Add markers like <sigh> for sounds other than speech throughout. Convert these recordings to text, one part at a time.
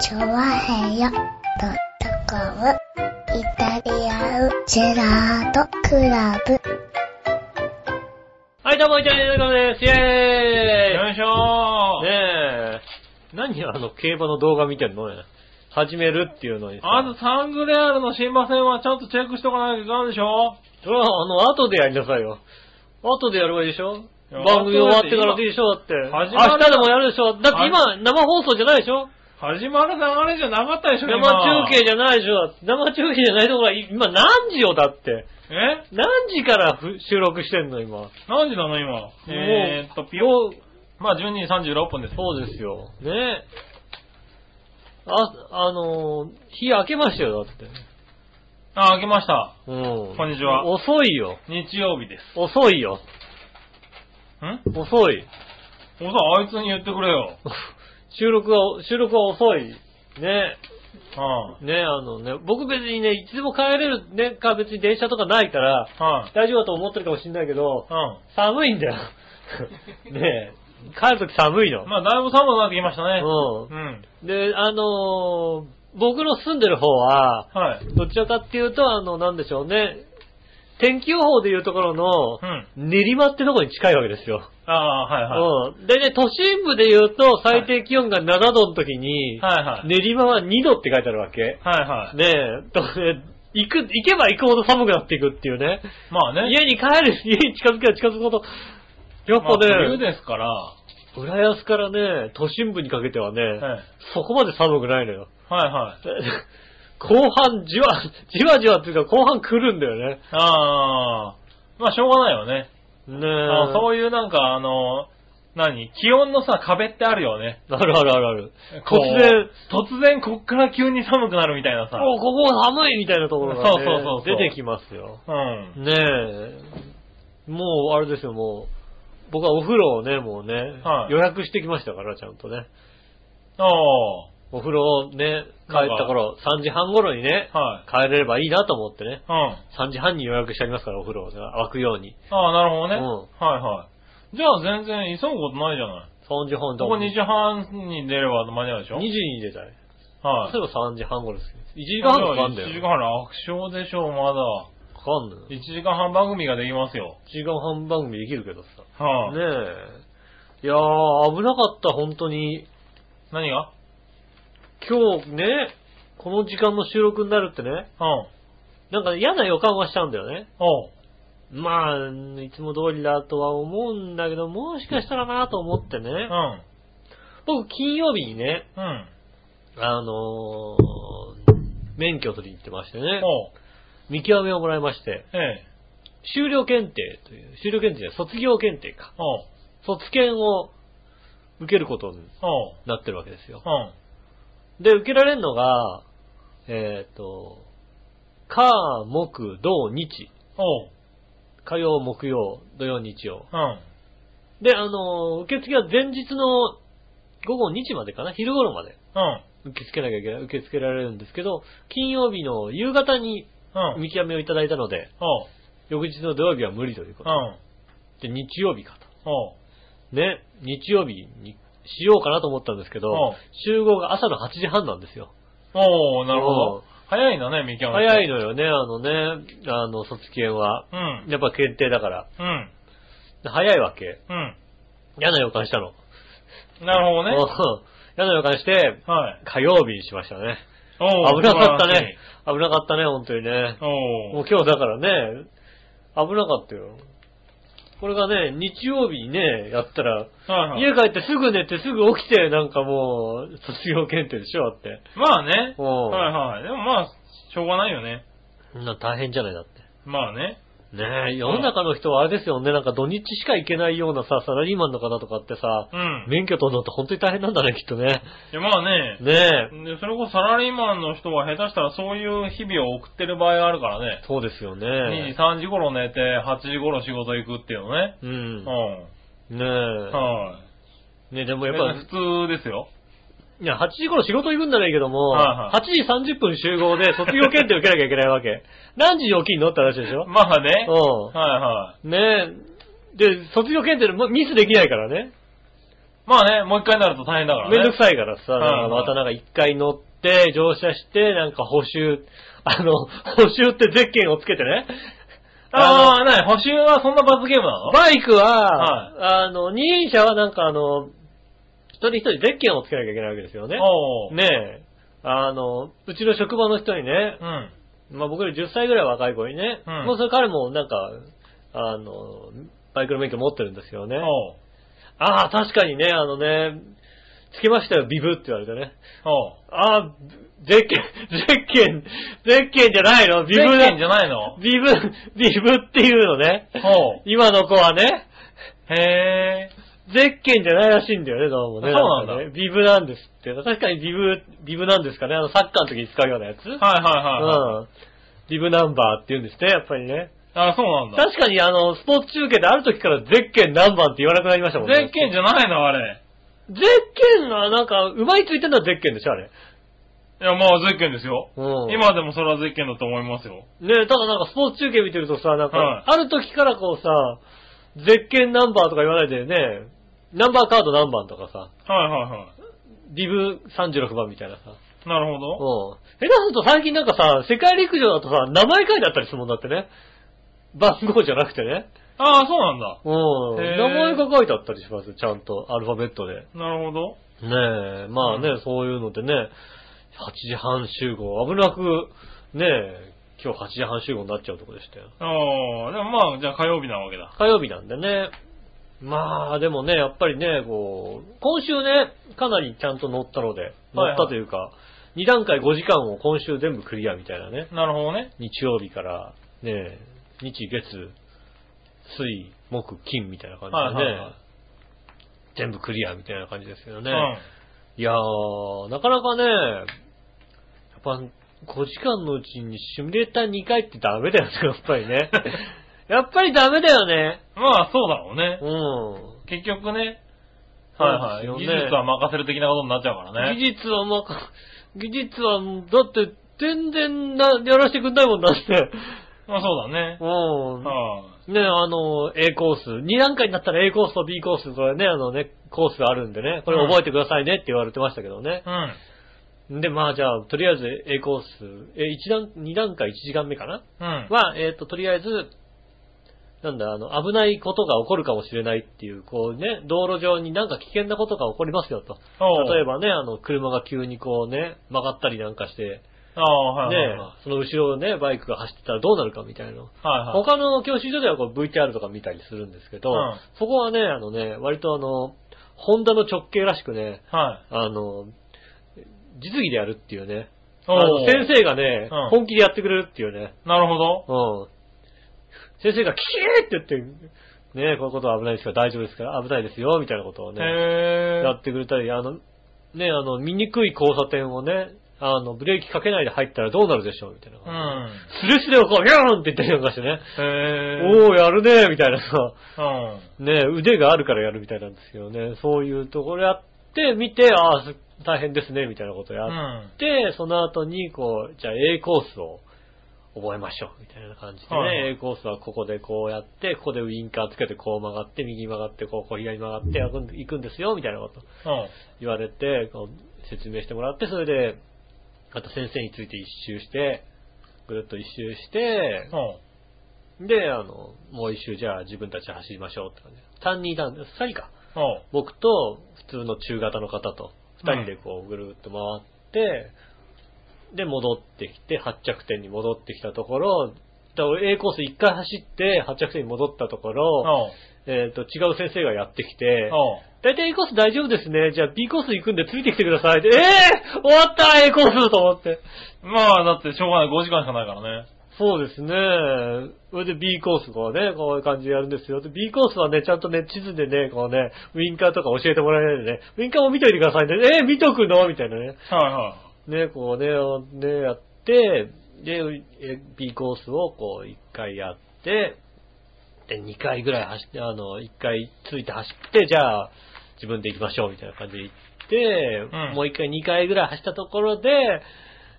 チョワヘヨドットコムイタリアンジェラートクラブ。はい、どうも、イタリアンジェラートです。イェーよいしょイー、ねえ。何あの、競馬の動画見てんのね。始めるっていうのにさ。あとサングレアールの新馬戦はちゃんとチェックしとかないといけないでしょそれはあの、後でやりなさいよ。後でやればいいでしょいや番組終わってからでいいでしょだって。始明まる日でもやるでしょだって今、生放送じゃないでしょ始まる流れじゃなかったでしょ生中継じじゃないでしょだって生中継じゃないところは、今何時よだって。ゃ。え何時からふ収録してんの今。何時なの今。えーっと、ピオ、まあ12時36分です。そうですよ。ねえ。あ、あのー日明けましたよ、だって。あ、明けました。うん。こんにちは遅いよ。日曜日です。遅いよ。ん遅い。おさ、あいつに言ってくれよ。収録は、収録は遅い。ねはえ、ねえ、あのね、僕別にね、いつでも帰れる、ね、か別に電車とかないから、い。はい。大丈夫だと思ってるかもしんないけど、う寒いんだよ。 <laughs> ねえ、帰るとき寒いのん。。まあだいぶ寒くなってきましたね。ううん。ん。で、あのー僕の住んでる方は、はい。どちらかっていうと、あの、なんでしょうね、天気予報でいうところうの、ん。練馬ってとこに近いわけですよ。ああ、はいはい。うん。でね、都心部で言うと、最低気温が7度の時に、はいはい。練馬は2度って書いてあるわけ。はいはい。ねえ、とね、行く、行けば行くほど寒くなっていくっていうね。まあね。家に帰る、 <laughs> 家に近づけば近づくほど、やっまぱあ冬ね、ですから。は浦安からね、都心部にかけてはね、い。はいそこまで寒くないのよ。はい。 <laughs> 後半、じわ、じわじわっていうか、後半来るんだよね。ああ、まあしょうがないよね。ねえ。あのそういうなんかあの、何気温のさ、壁ってあるよね。あるあるあるある。こう突然、突然こっから急に寒くなるみたいなさ。おここ寒いみたいなところが、ね、そうそうそうそう出てきますよ。うん。ねえ。もう、あれですよ、もう。僕はお風呂をね、もうね、はい予約してきましたから、ちゃんとね。おお風呂をね、帰った頃、3時半頃にね、ーはい。帰れればいいなと思ってね。うん。あ3時半に予約してありますから、お風呂をね、湧くように。あ、なるほどね。うんはいはい。じゃあ全然急ぐことないじゃない。 3時半こだこもん2時半に出れば間に合うでしょ2時に出たい。はい。そういえば3時半頃ですけど。1時間半かかんだ1時よ。間半楽勝でしょう、まだ。かかんのよ。1 1時間半番組ができますよ。時間半番組できるけどさ。はい、ねえ。いやー、危なかった、本当に。何が今日ね、この時間の収録になるってね、うん。なんか嫌な予感はしたんだよね。おう。まあ、いつも通りだとは思うんだけど、もしかしたらなと思ってうね、ん。僕金曜日にね、うん。あのー、免許取りに行ってましてね、おう。見極めをもらいまして、ええ。修了検定という、修了検定じゃない卒業検定か。おう。卒検を受けることにおう。なってるわけですよ。うん。で、受けられるのが、えっ、と、火、木、土、日。おう。火曜、木曜、土曜、日曜。うん。で、あのー受付は前日の午後2時までかな昼頃までうん。受け付けなきゃいけない、受け付けられるんですけど、金曜日の夕方にうん。見極めをいただいたので、おう。翌日の土曜日は無理というこうとで。で、ん。日曜日かおう。と。ね、日曜日にしようかなと思ったんですけうどん、集合が朝の8時半なんですよ。おう、なるほうんど。早いんだね、見極め。早い。のよね、あのね、あの、卒検は。うん。やっぱ検定だから。うん。早いわけ。うん。嫌な予感したの。なるほどうね。ん嫌な予感して、はい。火曜日にしましたね。おう。危なかった素晴らしいね。。危なかったね、本当にね。おもうう。今日だからね、危なかったよ。これがね、日曜日にね、やったら、はいはい家帰ってすぐ寝てすぐ起きて、なんかもう、卒業検定でしょ、だって。まあね。うんはいはい。でもまあ、しょうがないよね。そんな大変じゃない、だって。まあね。ねえ、世の中の人はあれですよね、なんか土日しか行けないようなさ、サラリーマンの方とかってさ、うん。免許取るのって本当に大変なんだね、きっとね。いやまあねね。え。でそれこそサラリーマンの人は下手したらそういう日々を送ってる場合があるからね。そうですよ2時、ね。 3時頃寝て、8時頃仕事行くっていうのね。うん。うねん。え。はい。ねでもややっっぱぱ、普通ですよ。いや、8時頃仕事行くんならいいけども、はいは8時30分集合で卒業検定受けなきゃいけないわけ。 <laughs> 何時に起きんのって話でしょまあね。はいはうん。ねえ。で、卒業検定でもミスできないからね。まあね、もう一回になると大変だからね。めんどくさいからさ、はいなんかまたなんか一回乗って、乗車して、なんか補修、あの、 <laughs> 補修ってゼッケンをつけてね。あああ、なに、補修はそんな罰ゲームなのの、バイクは、はあの、二輪車はなんかあの、一人一人ゼッケンをつけなきゃいけないわけですよね。おう。。ねえ。あの、うちの職場の人にね、うん。まあ僕より10歳ぐらい若い子にね、うんもうそれ彼もなんか、あの、バイクの免許持ってるんですよね。おう。ああ、確かにね、あのね、つけましたよ、ビブって言われてね。おう。ああ、ゼッケン、ゼッケン、ゼッケンじゃないのビブゼッだケンじゃないのビブ、ビブっていうのね。おう。今の子はね、へえ。ゼッケンじゃないらしいんだよね、どうもね。そうなんだかねビブなんですって。確かにビブ、ビブなんですかね。あの、サッカーの時に使うようなやつ。はいはいはいはい。うん。ビブナンバーって言うんですね、やっぱりね。あ、そうなんだ。確かにあの、スポーツ中継である時からゼッケン何番って言わなくなりましたもんね。ゼッケンじゃないのあれ。ゼッケンはなんか、うまいついてんのはゼッケンでしょ、あれ。いや、まあ、ゼッケンですよ。うん今でもそれはゼッケンだと思いますよ。ねただなんかスポーツ中継見てるとさ、なんか、はいある時からこうさ、ゼッケンナンバーとか言わないでね、ナンバーカード何番とかさ、はいはいはビブ36番みたいなさ。い。なるほうんど。。下手すると最近なんかさ、世界陸上だとさ、名前書いてあったりするもんだってね。番号じゃなくてね。ああ、そうなんだ。うん。へー名前が書いてあったりしますよ、ちゃんと。アルファベットで。なるほど。ねえ、まあね、うそういうのでね、8時半集合、危なく、ねえ、今日8時半集合になっちゃうとこでしたよ。ああ、でもまあ、じゃあ火曜日なわけだ。火曜日なんでね。まあ、でもね、やっぱりね、こう、今週ね、かなりちゃんと乗ったので、乗ったというか、2段階5時間を今週全部クリアみたいなね。なるほどね。日曜日から、ね、日、月、水、木、金みたいな感じではいねはいはい、全部クリアみたいな感じですけどうね。ん。いやー、なかなかね、やっぱ5時間のうちにシミュレーター2回ってダメだよね、やっぱり <laughs> ね。やっぱりダメだよね。まあ、そうだろうね。うん。結局ね。ははいいははいい。技術は任せる的なことになっちゃうからね。技術はまか、技術は、だって全然な、やらせてくんないもんだって。まあ、そうだね。うはん。ね、あの、A コース、2段階になったら A コースと B コース、これね、あのね、コースがあるんでね、これ覚えてくださいねって言われてましたけどねい。。うん。で、まあじゃあ、とりあえず A コース、え、一段、二段階1時間目かなうん。は、えっ、と、とりあえず、なんだ、あの、危ないことが起こるかもしれないっていう、こうね、道路上になんか危険なことが起こりますよと。おう例え。ばね、あの、車が急にこうね、曲がったりなんかして、ああ、はいねはいはい。、その後ろをね、バイクが走ってたらどうなるかみたいな。はいはい。他の教習所ではこう VTR とか見たりするんですけど、うんそこはね、あのね、割とあの、ホンダの直径らしくね、はい。あの、実技でやるっていうね。あおうの先生がね、うん本気でやってくれるっていうね。なるほうど。ん。先生がキーって言って、ねこういうことは危ないですから大丈夫ですから、危ないですよ、みたいなことをね、へやえ。ってくれたり、あの、ね、あの、醜い交差点をね、あの、ブレーキかけないで入ったらどうなるでしょう、みたいなう感ん。じ。スレスレをこう、ビューンって言ったりなんかしてね、へえ。おー、やるねみたいなさ、うん。ね腕があるからやるみたいなんですけどね、そういうところやって、見て、ああ、す大変ですね、みたいなことやうっん。で、その後に、こう、じゃあ A コースを覚えましょう、みたいな感じでね、はいはい A コースはここでこうやって、ここでウィンカーつけてこう曲がって、右に曲がって、こう、こう左に曲がって、やくん行くんですよ、みたいなことうん。言われて、こう説明してもらって、それで、あと先生について一周して、ぐるっと一周して、うん。で、あの、もう一周じゃあ自分たちで走りましょうって感じ。3人いたんです。2人か。おう。僕と普通の中型の方と二人でこうぐるーっと回って、で戻ってきて発着点に戻ってきたところ、だから A コース一回走って発着点に戻ったところ、おう。えっ、と違う先生がやってきて、おう。大体 A コース大丈夫ですね。じゃあ B コース行くんでついてきてくださいって。ええー、終わった !A コースと思って。まあ、だってしょうがない。5時間しかないからね。そうですね。それで B コースこうね、こういう感じでやるんですよ。で B コースはね、ちゃんとね、地図でね、こうね、ウィンカーとか教えてもらえないでね、ウィンカーも見といてくださいね。えー見とくのみたいなね。はいはね、こうね、あね、やって、で、え B コースをこう、一回やって、で、二回ぐらい走って、あの、一回ついて走って、じゃあ、自分で行きましょう、みたいな感じで行って、うんもう一回、二回ぐらい走ったところで、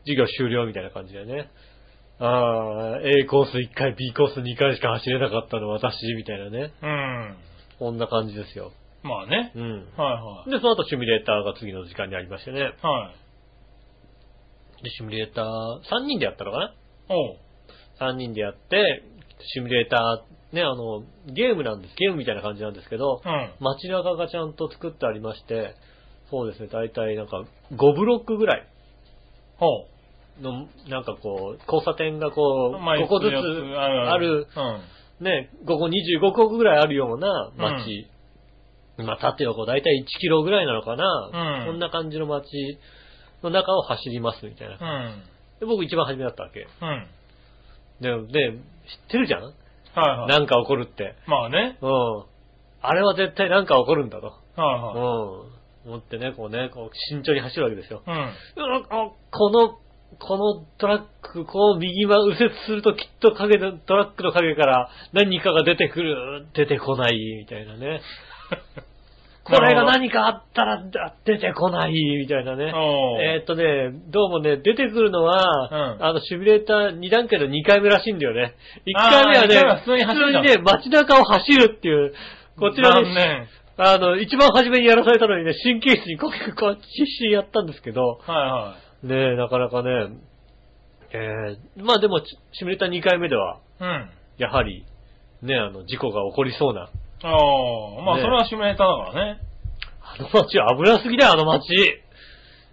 授業終了みたいな感じだよね。ああ、A コース一回、B コース二回しか走れなかったの私、みたいなね。い。うん。こんな感じですよ。まあね。うん。はいで、その後シミュレーターが次の時間にありましてね。はい。はい。で、シミュレーター、3人でやったのかなおう。 ?3 人でやって、シミュレーター、ね、あの、ゲームなんです。ゲームみたいな感じなんですけどう、ん。街中がちゃんと作ってありまして、そうですね、大体なんか5ブロックぐらいほの、なんかこう、交差点がこう、う。まあここずつ四つある、うん。ね、ここ25個ぐらいあるような街、まあ縦横大体1キロぐらいなのかな、うんこんな感じの街の中を走りますみたいなう。ん。で僕一番初めだったわけ。うん。はいで、で知ってるじゃんはい。なんか起こるって。まあね。うん。あれは絶対なんか起こるんだと。はいうはん。思ってね、こうね、こう慎重に走るわけですよ。い。うん。うわあこの、このトラック、こう右は右折するときっと影の、トラックの影から何かが出てくる、出てこない、みたいな <laughs> ね。これが何かあったらあ出てこない、みたいなね。おうえーっとね、どうもね、出てくるのは、うんあの、シミュレーター2段階の2回目らしいんだよね。1回目はあー一回目はね、普通に走るんだね、街中を走るっていう、こちら残ね、念あの、一番初めにやらされたのにね、神経質にこう、こう、必死にやったんですけど、はいはねえ、なかなかね、えー、まあでも、ちシミュレーター2回目では、い。うん。やはり、ね、あの、事故が起こりそうな。ああ、まあねそれはシミュレーターだからね。あの街は危なすぎだよ、あの街。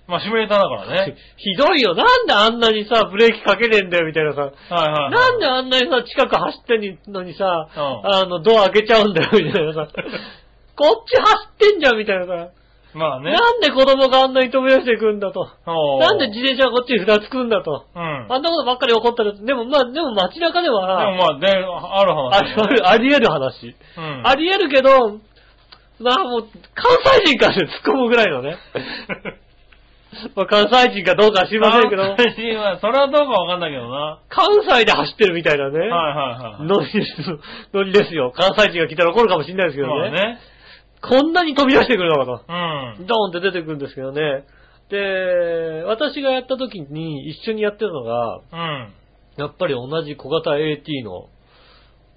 まあシミュレーターだか <laughs> らね。ひどいよ。なんであんなにさ、ブレーキかけねえんだよ、みたいなさ。はい <laughs> はいはい。なんであんなにさ、近く走ってんのにさ、うんあの、ドア開けちゃうんだよ、みたいな <laughs> さ。こっち走ってんじゃん、みたいなさ。まあね。なんで子供があんなに飛び出してくんだと。おーなんで自転車がこっちにふらつくんだと。うん。あんなことばっかり起こったら、でもまあ、でも街中ででは、もまあ、で、ある話あだりよ得る、あり得る話。うん。あり得るけど、まあもう、関西人からして突っ込むぐらいの <laughs> ね。まあ関西人かどうかは知りませんけ <laughs> ど、関西人はそれはどうかわかんないけどな。は関西で走ってるみたいないね、はいはい。ノリです、ノリですよ。関西人が来たら怒るかもしれないですけどまね。あね。こんなに飛び出してくるのかうんと。。ドーンって出てくるんですけどね。で、私がやった時に一緒にやってたのが、うん。やっぱり同じ小型 AT の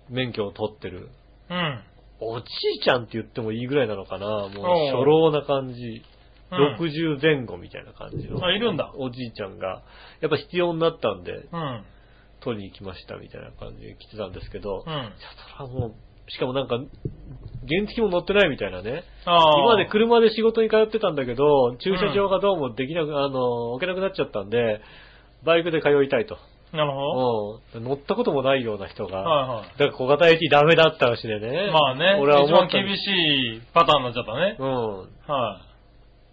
免許を取ってるうん。おじいちゃんって言ってもいいぐらいなのかな。もうおう初老な感じ。うん60前後みたいな感じの。あいるんだおじいちゃんが。やっぱ必要になったんで、うん。取りに行きましたみたいな感じで来てたんですけど。ういやん。それはもう、しかもなんか、原付も乗ってないみたいなね。ああ。今まで車で仕事に通ってたんだけど、駐車場がどうもできなく、あの、置けなくなっちゃったんで、バイクで通いたいと。なるほど。うん。乗ったこともないような人が。はだから小型 AT ダメだったらしいでいはね。い。まあね。俺は一思番ったんです厳しいパターンになっちゃったね。うはん。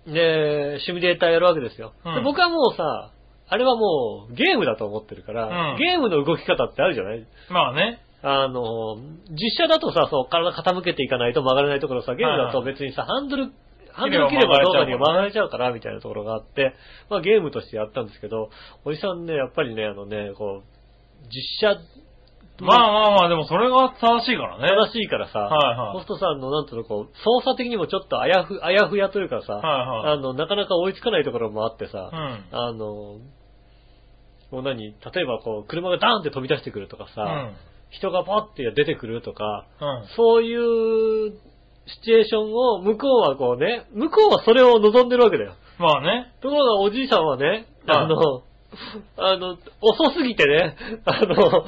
で、シミュレーターやるわけですよ。うんで僕はもうさ、あれはもうゲームだと思ってるから、うんゲームの動き方ってあるじゃないい。まあね。あの、実写だとさ、そう、体傾けていかないと曲がらないところさ、ゲームだとはいは別にさ、ハンドル、ハンド切れルば切ればどうかに曲曲ががれちゃうから、みたいなところがあって、まあゲームとしてやったんですけど、おじさんね、やっぱりね、あのね、こう、実写、まあまあまあ、でもそれが正しいからね。正しいからさ、はいはいホストさんの、なんつうの、こう、操作的にもちょっとあやふ、あやふやというかさ、はいはいあの、なかなか追いつかないところもあってさ、うんあの、もう何、例えばこう、車がダーンって飛び出してくるとかさ、うん。人がパッて出てくるとか、うん。そういうシチュエーションを、向こうはこうね、向こうはそれを望んでるわけだよ。まあね。ところがおじいさんはね、あの、 <laughs> あの、遅すぎてね、 <laughs> あの、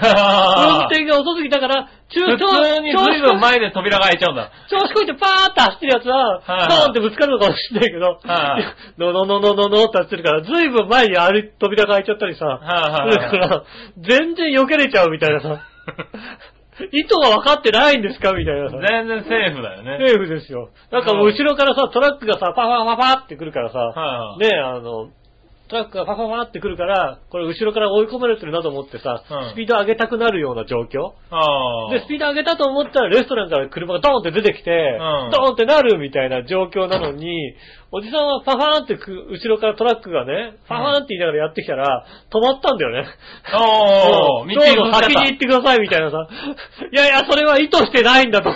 運転が遅すぎたから、中普通に随分前で扉が開いちゃうんだ。調子こいてパーって走ってるやつは、はいはいドーンってぶつかるのかもしれないけど、 <laughs> はいはいノノノノノノって走ってるから、ずいぶん前にあれ扉が開いちゃったりさ、はいはいはいそれから、全然避けれちゃうみたいな <laughs> さ、意図は分かってないんですかみたいなさ。全然セーフだよね。セーフですよ。なんかもう後ろからさ、トラックがさ、パフパフパフってくるからはさ、いねえ、あの、トラックがパフパフってくるから、これ後ろから追い込まれてるなと思ってさうん、スピード上げたくなるような状況ああ。で、スピード上げたと思ったらレストランから車がドーンって出てきて、うんドーンってなるみたいな状況なのに、おじさんはファファーンってく後ろからトラックがね、ファファーンって言いながらやってきたら、止まったんだよね。おー、道道に路先に行ってくださいみたいなさ。 <laughs> いやいや、それは意図してないんだと。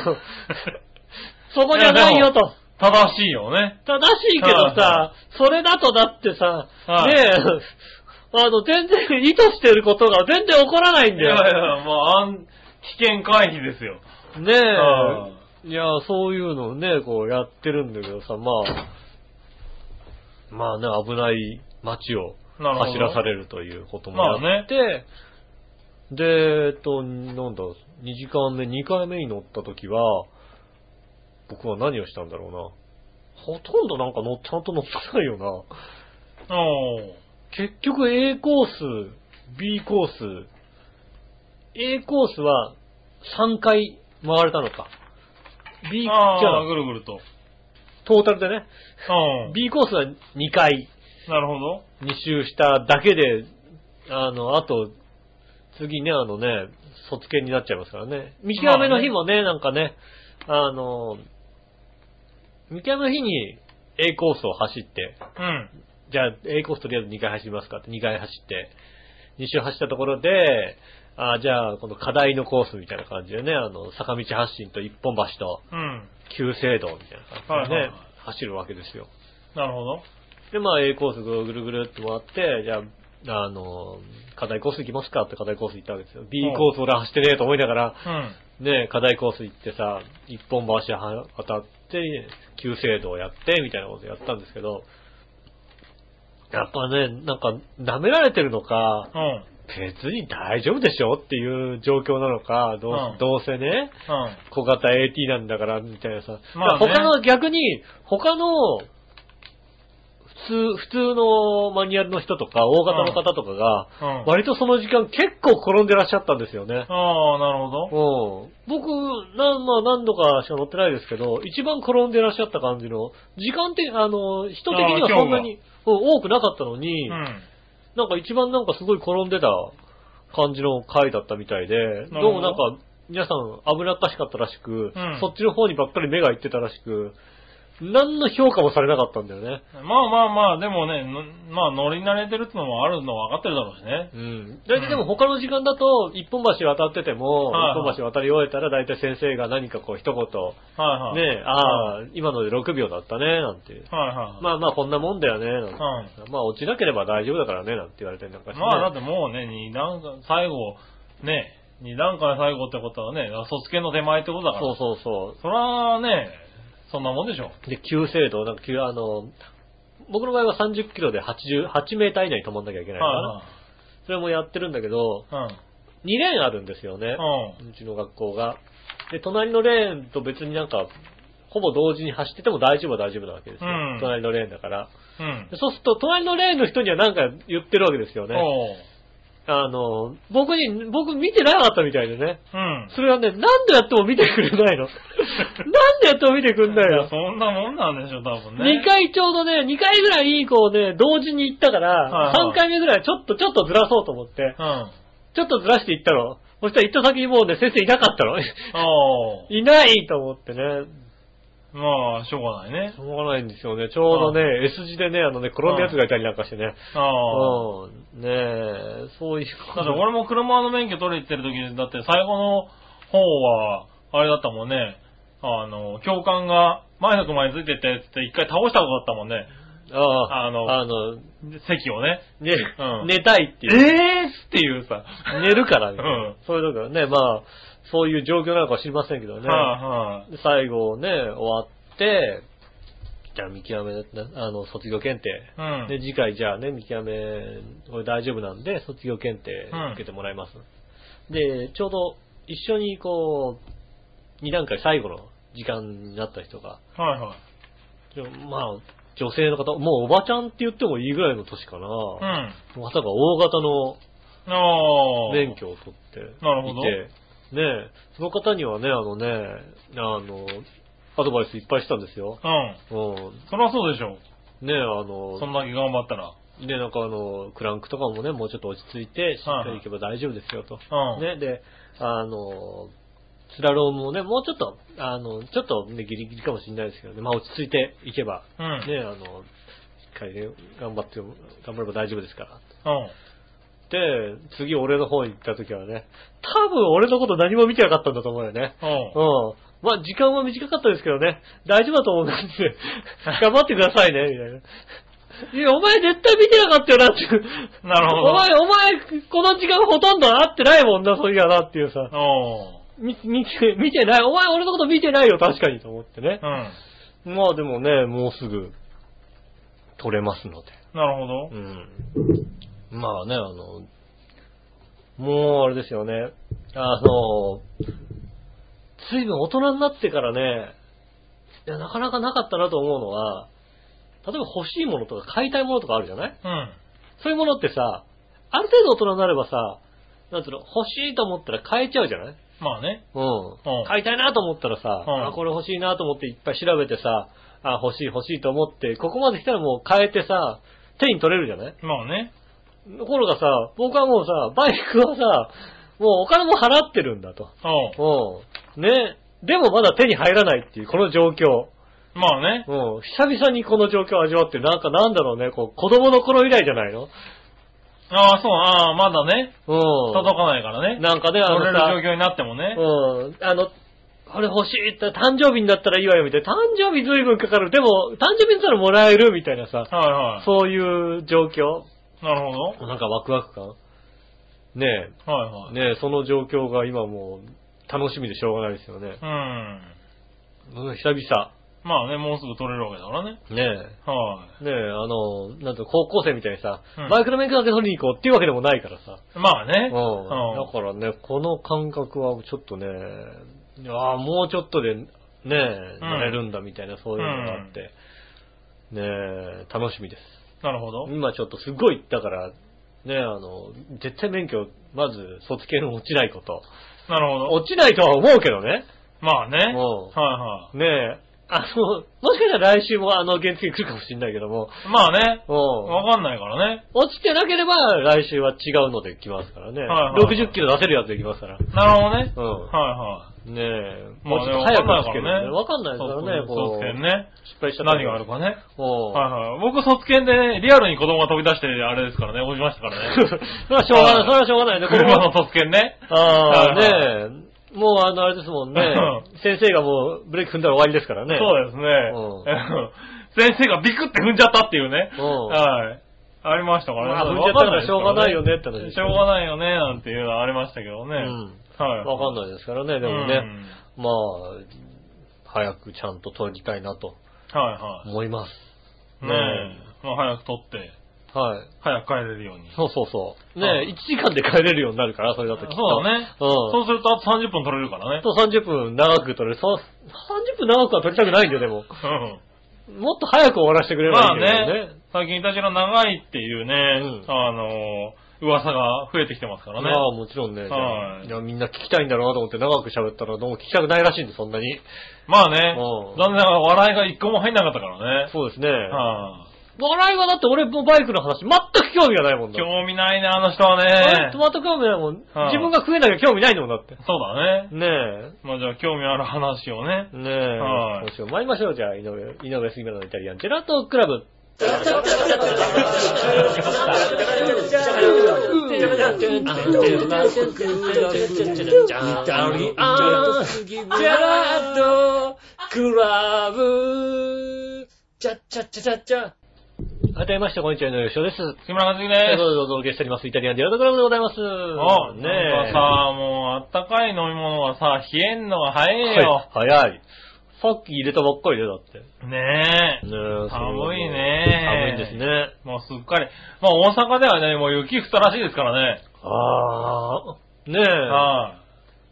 <laughs> そこじゃないよと。正しいよね。正しいけどはさ、それだとだってさ、はねいえ、 <laughs> あの、全然意図してることが全然起こらないんいだよ。やいや、まあ、あん危険回避ですよ。ねえ、はいや、そういうのをね、こうやってるんだけどさ、まあ、まあね、危ない街をなるほど走らされるということもまあねあって、で、えっと、なんだ、2時間目、2回目に乗った時は、僕は何をしたんだろうな。ほとんどなんか乗っちゃんと乗ってないよな。おー。結局 A コース、B コース、A コースは3回回れたのか。B、じゃあー、あ、ぐるぐると。トータルでね。うん。 B コースは2回、なるほど。 2周しただけで、あの、あと、次ね、あのね、卒検になっちゃいますからね。見極めの日もね、なんかね、あの、見極めの日に A コースを走って、うん。じゃあ、A コースとりあえず2回走りますかって、2回走って、2周走ったところで、あじゃあ、この課題のコースみたいな感じでね、あの、坂道発進と一本橋とうん。旧制道みたいな感じでね、はいはい走るわけですよ。なるほど。で、まあ、A コースぐるぐるぐるって回って、じゃあ、あの、課題コース行きますかって課題コース行ったわけですよ。B うんコース俺走ってねえと思いながら、うん。ね、課題コース行ってさ、一本橋は渡って、旧制度をやって、みたいなことやったんですけど、やっぱね、なんか、舐められてるのか、うん。うん。別に大丈夫でしょっていう状況なのか、どう,、うんどうせね、小型 AT なんだから、みたいなさ。まあねだから他の、逆に、他の、普通、普通のマニュアルの人とか、大型の方とかが、うん。割とその時間結構転んでらっしゃったんですよね。ああ、なるうほど。ん。僕、な、まあ何度かしか乗ってないですけど、一番転んでらっしゃった感じの、時間って、あの、人的にはあーそんなに、うん多くなかったのに、うん。なんか一番なんかすごい転んでた感じの回だったみたいで、ほどどうもなんか、皆さん危なっかしかったらしく、うんそっちの方にばっかり目が行ってたらしく、何の評価もされなかったんだよね。まあまあまあ、でもね、のまあ乗り慣れてるってのもあるのは分かってるだろうしね。うん。大体でも他の時間だと、一本橋渡ってても、はいはい一本橋渡り終えたら大体先生が何かこう一言、はいはい。ねえ、ああ、今ので6秒だったね、なんて。はいはい。ままあまあこんなもんだよね、なんて。あ、まあ落ちなければ大丈夫だからね、なんて言われてなんかうしてねん。まあだってもうね、二段階、最後、ね、二段階最後ってことはね、卒検の手前ってことだから。そうそうそそらね、そんなもんでしょ。う。で、急制度、なんか急、あの、僕の場合は30キロで80、8メーター以内に止まんなきゃいけないから、はそれもやってるんだけど、いはい。 2レーンあるんですよねう、ん。うちの学校が。で、隣のレーンと別になんか、ほぼ同時に走ってても大丈夫は大丈夫なわけですよ。うん隣のレーンだから。うん。うん。でそうすると、隣のレーンの人にはなんか言ってるわけですよね。おうあの、僕に、僕見てなかったみたいでね。うん。それはね、何度やっても見てくれない <laughs> の。何度やっても見てくんないいやの。そんなもんなんでしょ、多分ね。 2回ちょうどね、2回ぐらい、こうね、同時に行ったかはら、いはい3回目ぐらいちょっと、ちょっとずらそうと思って、うん。ちょっとずらして行ったの。そしたら行った先にもうね、先生いなかったの。 <laughs> おういないと思ってね。まあ、しょうがないねし。ょうがないんですよね。ちょうどね、S 字でね、あのね、転んだやつがいたりなんかしてね。ああ。うん。ねえ、そういうだこってと。俺も車の免許取りに行ってる時だって最後の方は、あれだったもんね。あの、教官が前の車についてってっつって一回倒したことだったもんね。ああのあの、席をね。ねうん寝たいってえいう。ーっていうさ。寝るからね。うんそういうとこね、まあ、そういう状況なのかは知りませんけどね。はいはい。最後ね、終わって、じゃあ見極め、あの、卒業検定。うん。で、次回じゃあね、見極め、これ大丈夫なんで、卒業検定うん受けてもらいます。で、ちょうど一緒にこう、2段階最後の時間になった人が、はいはい。ちょまあ、女性の方、もうおばちゃんって言ってもいいぐらいの年かな。うん。まさか大型のああ。免許を取っていて、なるほどねえその方にはね、あのね、あの、アドバイスいっぱいしたんですよ。うん。うそりゃそうでしょ。ん。ねえあの、そんだけ頑張ったら。で、なんかあの、クランクとかもね、もうちょっと落ち着いて、しっかりいけば大丈夫ですよと。うん。ね、で、あの、スラロームもね、もうちょっと、あの、ちょっとね、ギリギリかもしれないですけどね、まあ落ち着いていけば、うん。ね、あの、しっかりね、頑張って、頑張れば大丈夫ですから。うん。で、次俺の方に行った時はね、多分俺のこと何も見てなかったんだと思うよね。うん。うん。まあ、時間は短かったですけどね、大丈夫だと思うんで、 <laughs> 頑張ってくださいね、みたいな。いや、お前絶対見てなかったよなっていう。なるほどお前、お前、この時間ほとんど会ってないもんな、そういやなっていうさ。おー。見見て、見てない。お前俺のこと見てないよ、確かにと思ってねう。ん。まあでもね、もうすぐ、取れますので。なるほどう。ん。まあね、あの、もうあれですよね。あの、随分大人になってからね、いやなかなかなかったなと思うのは、例えば欲しいものとか買いたいものとかあるじゃないうん。そういうものってさ、ある程度大人になればさ、なんつうの、欲しいと思ったら買えちゃうじゃないまあね。うん。うん買いたいなと思ったらさ、うんあ、これ欲しいなと思っていっぱい調べてさ、あ、欲しい欲しいと思って、ここまで来たらもう買えてさ、手に取れるじゃないまあね。ところがさ、僕はもうさ、バイクはさ、もうお金も払ってるんだと。おううん。ね。でもまだ手に入らないっていう、この状況。まあね。うん。久々にこの状況を味わってる。なんかなんだろうね、こう、子供の頃以来じゃないのああ、そう、ああ、まだね。うん。届かないからね。なんかね、あ乗のれるさ、状況になってもね。うん。あの、あれ欲しいって、誕生日になったらいいわよ、みたいな。誕生日随分かかる。でも、誕生日になったらもらえる、みたいなさ。はいはそういう状況。い。なるほど。なんかワクワク感。ねえ。はいはい。ねえ、その状況が今もう楽しみでしょうがないですよね。うん。うん久々。まあね、もうすぐ取れるわけだからね。ねはえ。ねえ、あの、なんと高校生みたいにさ、うんバイクの免許だけ取りに行こうっていうわけでもないからさ。い。まあうね。ん。うんだからね、この感覚はちょっとね、ああ、もうちょっとで、ねえ、なれるんだみたいな、そういうのがあって、ねえ、楽しみです。なるほど。今ちょっとすごい、だから、ねえ、あの、絶対免許、まず、卒検落ちないこと。なるほど。落ちないとは思うけどね。まあね。はいうんはねえ、あの、もしかしたら来週もあの原付来るかもしれないけども、い。まあね。うん。わかんないからね。落ちてなければ来週は違うので来ますからね。はいはい60キロ出せるやつで来ますから。なるほどね。うんはねえ、まあもうちょっと早くですけどでね。もわかんいなはいい。ですからね、卒こう。検ね。失敗しちゃったら何があるかね。うん。 <laughs> はいはい。僕、卒検でね、リアルに子供が飛び出して、あれですからね、落ちましたからね。それはしょうがない、それはしょうがないね。これ車のは卒検ね。ああ、はいねえ。もうあの、あれですもんねう。先生がもうブレーキ踏んだら終わりですからね。そうですね。 <laughs> 先生がビクって踏んじゃったっていうね。うんはい。ありましたからね。まあ踏んじゃったからしょうがないよねって話ですしよょうねがないよね、なんていうのはありましたけどね。はい。うん。わかんないですからね、でもうね。んまあ、早くちゃんと取りたいなとは思います。いはい。ねえ。まあ早く取って、はい。早く帰れるように。そうそうそう。はねい1時間で帰れるようになるから、それだときっと。そうだね。うん。そうするとあと30分取れるからね。と30分長く取れる。そう30分長くは取りたくないんだよ、でも。うん。もっと早く終わらせてくれればまいいあんだけどねね。、最近イタジラ長いっていうね、うあのー、噂が増えてきてますからね。まあもちろんね。じゃあはいいやみんな聞きたいんだろうなと思って長く喋ったらどうも聞きたくないらしいんで、そんなに。まあね、うん残念ながら笑いが一個も入んなかったからね。そうですね。はあ、笑いはだって俺もバイクの話全く興味がないもんだ。興味ないね、あの人は俺ね。全く興味ないもん。はい自分が食えなきゃ興味ないんだもんだって。そうだね。ねえ。まあじゃあ興味ある話をね。ねえ。はい今週も参りましょう。じゃあ、井上、井上杉村のイタリアンジェラートクラブ。改めまして、こんにちは、井上翔です。木村和樹というでことで、お届けしております。イタリアンジェラートクラブでございます。す。あ、ねねえ。え。さあ、もうあったかい飲み物はさ、冷えんのが早いはよい。早い。さっき入れたばっかりで、だって。ねねえ寒え。寒いね寒いんですね。もうすっかり。まあ大阪ではね、もう雪降ったらしいですからね。ああ。ねえ。は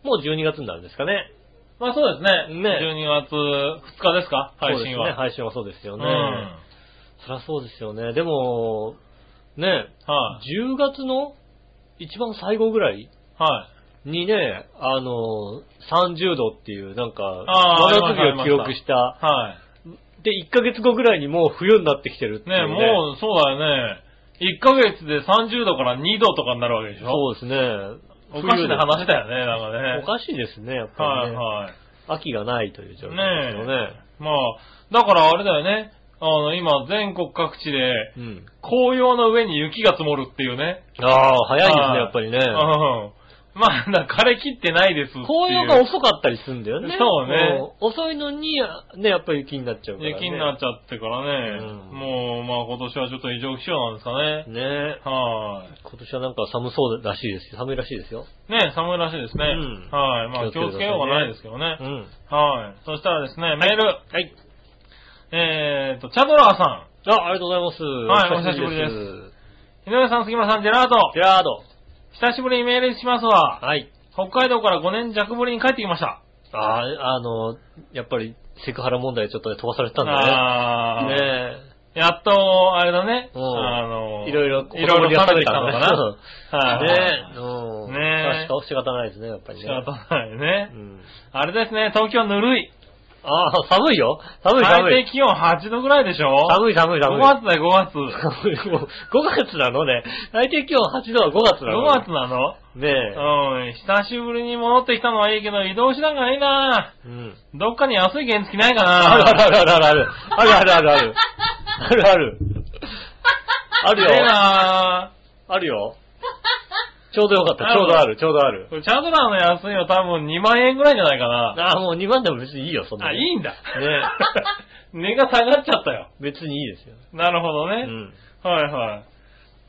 い。もう12月になるんですかね。まあそうですね。ね12月2日ですか配そ信は。うですね。配信はそうですようね。ん。はそりゃそうですよね。でも、ねえ、い。 10月の一番最後ぐらいはい。にね、あの、30度っていう、なんか、あー真夏日を記録した。はで、1ヶ月後ぐらいにもう冬になってきてるってい。いうね、もう、そうだよね。1ヶ月で30度から2度とかになるわけでしょそうですね。おかしな話だだよね、なんおかね。かしいですね、やっぱはいりね。はい。秋がないという状況ですよね。まあ、だからあれだよね。あの、今、全国各地で、うん。紅葉の上に雪が積もるっていうね。ああ、早いですはね、やっぱりね。うん。まあ、だから枯れ切ってないですっていう。紅葉が遅かったりするんだよね。そうねん。遅いのに、ね、やっぱり雪になっちゃうからね。雪になっちゃってからね、うんもう、まあ今年はちょっと異常気象なんですかね。ねは今年はなんか寒そうらしいですよ。寒いらしいですよ。い。ね、寒いらしいですね。うんはい。まあ気気ををつつけてくださいねけようがないですけどね。ん。はい。そしたらですね、メール。はい。えーと、チャドラーさあ、ありがとうございます。はいお久しぶす。ん、井上さん、杉村さん、ジェラートジ。ェラード。久しぶりにメールしますわ。はい。北海道から5年弱ぶりに帰ってきました。ああ、あの、やっぱりセクハラ問題ちょっとね飛ばされてたんだあね。ーねえ。やっと、あれだね。あうんの、いろいろ、いろいろ食べてきたのか子な供に。はい。ねえ。うん。 <laughs> ねえ確か仕方ないですね、やっぱりね。仕方ないねう。ん。あれですね、東京ぬるい。ああ、寒いよ。寒い寒最い。低気温8度ぐらいでしょ寒い寒い寒い。 5月だよ、5月。寒い <laughs> もう5月なのね。最低気温8度は5月なの。 5月なのねえ。うん、久しぶりに戻ってきたのはいいけど、移動手段がいいなうん。どっかに安い原付ないかあるあなるあるあるある。あるあるあるある。あるある。あるねえよ。なあるよ。ちょうどよかった。あちるょうどある。ちょうどあるこ。れチャドラーの安いの多分2万円ぐらいじゃないかな。ああ、もう2万でも別にいいよ、そんなあ、のいいんだ。ね <laughs> 値が下がっちゃったよ。 <laughs> 別にいいですよ。なるほどうね。ん。はいは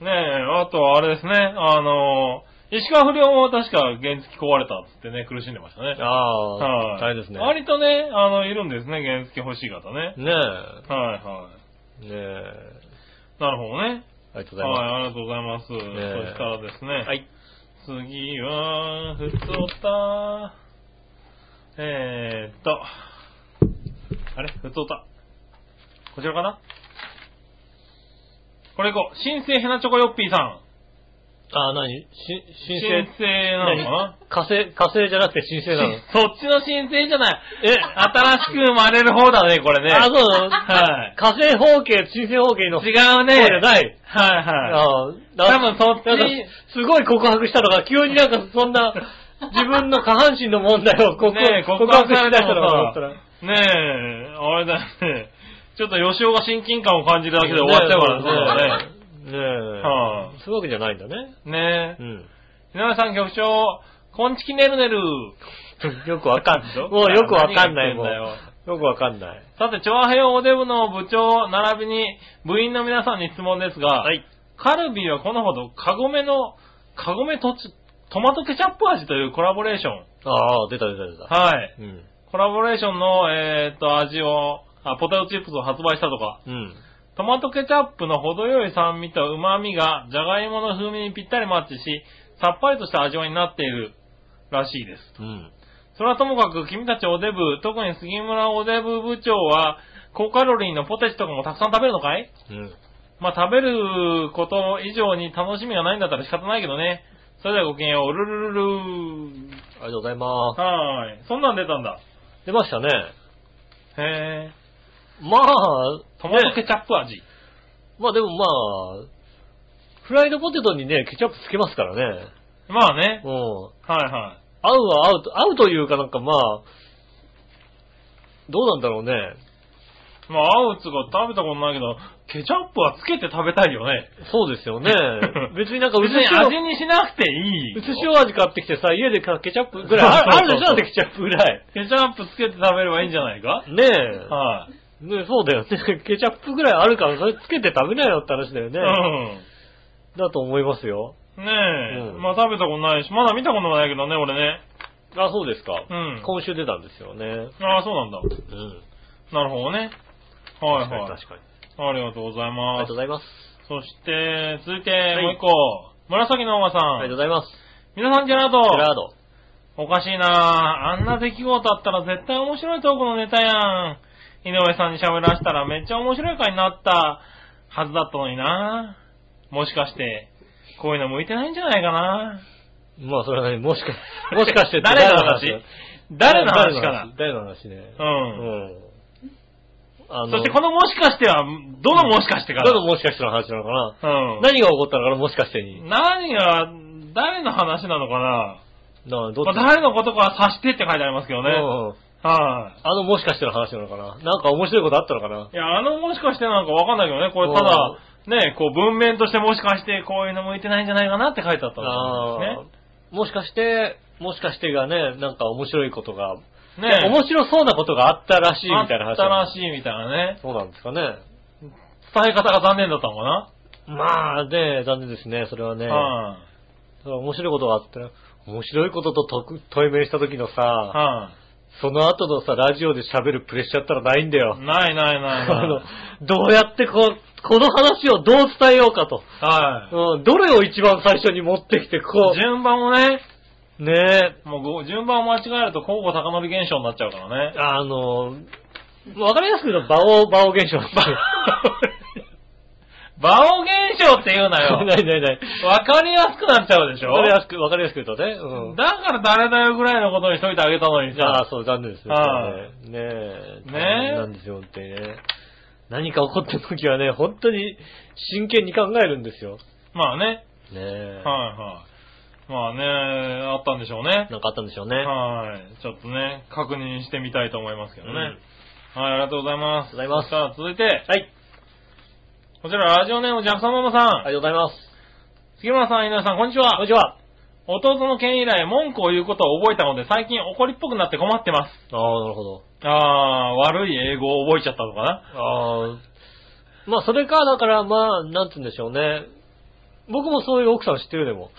い。ねえ、あとはあれですね、あの石川不良も確か原付壊れたっつってね、苦しんでましたね。ああ、はい。大変ですね。割とね、あの、いるんですね、原付欲しい方ね。ねはいはえ。ねえ。い。なるほどね。ありがとうございはまい、ありがとうございます。そえしたらですね、す。はい。次は、ふつおた、えーっと、あれふつおた。こちらかなこれいこう。新生ヘナチョコヨッピーさん。ああ、何し、申新請。生なのかな火星、火星じゃなくて申請なのしそっちの申請じゃない。え新しく生まれる方だね、これね。あ、そう <laughs> なのはい。火星方形、新星方形の。 <laughs> 違うね。そうじゃない。はいはい。ああ、多分そっなんかち、、すごい告白したのが、急になんかそん <laughs> な、自分の下半身の問題を告,、ねえ告告白白さしれだてしたのもかと思ったさら。、ねえ、あれだね。ちょっと吉尾が親近感を感じるだけで終わっちゃうからね、そうだね。ねえ。ねえ。はそういうわけじゃないんだね。ねうえ。ん。井上さん局長、こんちきねるねる。 <laughs> よくわかんない。 <laughs> もうよくわかんない、もう。何が言ってんだよよくわかんない。さて、長平オデブの部長、並びに部員の皆さんに質問ですが、はい。カルビーはこのほどカゴメの、カゴメとちトマトケチャップ味というコラボレーション。ああ、出た出た出た。はい。うん。コラボレーションの、えーっと、味を、あ、ポテトチップスを発売したとか、うん。トマトケチャップの程よい酸味と旨味が、じゃがいもの風味にぴったりマッチし、さっぱりとした味わいになっているらしいです。うん。それはともかく、君たちおデブ、特に杉村おデブ部長は、高カロリーのポテチとかもたくさん食べるのかいうん。まあ、食べること以上に楽しみがないんだったら仕方ないけどね。それではごきげんよう、ルルルルあー。りがとうございます。はーい。そんなん出たんだ。出ましたね。へまあ、ー。トマトねケチャップ味。まあでもまあ、フライドポテトにね、ケチャップつけますからね。まあねう。ん。はいは合うは合うと、合うというかなんかまあ、どうなんだろうね。い。まあ、合うつが食べたことないけど、ケチャップはつけて食べたいよね。そうですよ <laughs> ね。別になんか薄別に味塩、にしなくていい。薄塩味買ってきてさ、家でかケチャップぐらい、ああるでしょだってケチャップぐらい。ケチャップつけて食べればいいんじゃないかねはい。え。ね <laughs> そうだよね。ケチャップぐらいあるから、それつけて食べなよって話だよねう。ん。だと思いますよ。ねえ、うんまあ食べたことないし、まだ見たことないけどね、俺ね。あ、そうですか。うん今週出たんですよね。ああ、そうなんだ。うん。なるほどね。はい確かにはい。確かに。ありがとうございありがまとすうご。ざいます。そして、続いて、いもう一個。紫のおばさ。ありがとうんございます。皆さん、ジェラージェラート。ド。おかしいなぁ。あんな出来事あったら絶対面白いトークのネタやん。井上さんに喋らせたらめっちゃ面白い回になったはずだったのになぁ。もしかして、こういうの向いてないんじゃないかなまあ、それはね、もしか、もしかして <laughs> 誰の話誰の話かな誰の話ね。ううん。ん。あそしてこのもしかしては、どのもしかしてかどのら。もしかしての話なのかな、うん。何が起こったのかなもしかしてに。何が、誰の話なのかななどっまあち、誰のことか察してって書いてありますけどね。うんうんは。あのもしかしての話なのかななんか面白いことあったのかないいや、あのもしかしてなんかわかんないけどね、これただ、ね、こう文面としてもしかしてこういうの向いてないんじゃないかなって書いてあったんあでーもしかして、もしかしてがね、なんか面白いことが、ねいや面白そうなことがあったらしいみたいな話。あったらしいみたいなね。そうなんですかね。伝え方が残念だったのかな、まあ、ね、残念ですね、それはね。はそれは面白いことがあったら、面白いことととく対面した時のさ、い、はその後のさ、ラジオで喋るプレッシャーったらないんだよい、。ないないないあのな、どうやってこ、この話をどう伝えようかと。い。はい。うん、どれを一番最初に持ってきて、こ順番をね、う、ねもうご順番を間違えると、交互高乗り現象になっちゃうからえ、 <laughs> ね。あの、わかりやすく言うと、馬王、馬王現象。馬王現象って言うなな <laughs> よ。いないない。わかりやすくなっちゃうでしょわかりやすく、わかりやすく言うとね。うん。だから誰だよぐらいのことにしといてあげたのにああさ、、そう、残念ですねは。ねえ。ねえ大変なんですよ、本当にね。何か起こってる時はね、本当に真剣に考えるんですよ。まあね、ねえ。はいはい。まあね、あったんでしょうね。なんかあったんでしょうね。はい。ちょっとね、確認してみたいと思いますけどね。うんはい、ありがとうございます。ありがとうございますさあ、続いて、はい。こちらラジオネームジャクソンママさん。ありがとうございます。杉村さん、井上さん、こんにちは。こんにちは。弟の件以来、文句を言うことを覚えたので、最近怒りっぽくなって困ってます。ああ、なるほど。あー、悪い英語を覚えちゃったのかな <laughs> ああ。まあ、それか、だから、まあ、なんつうんでしょうね。僕もそういう奥さん知ってるでも。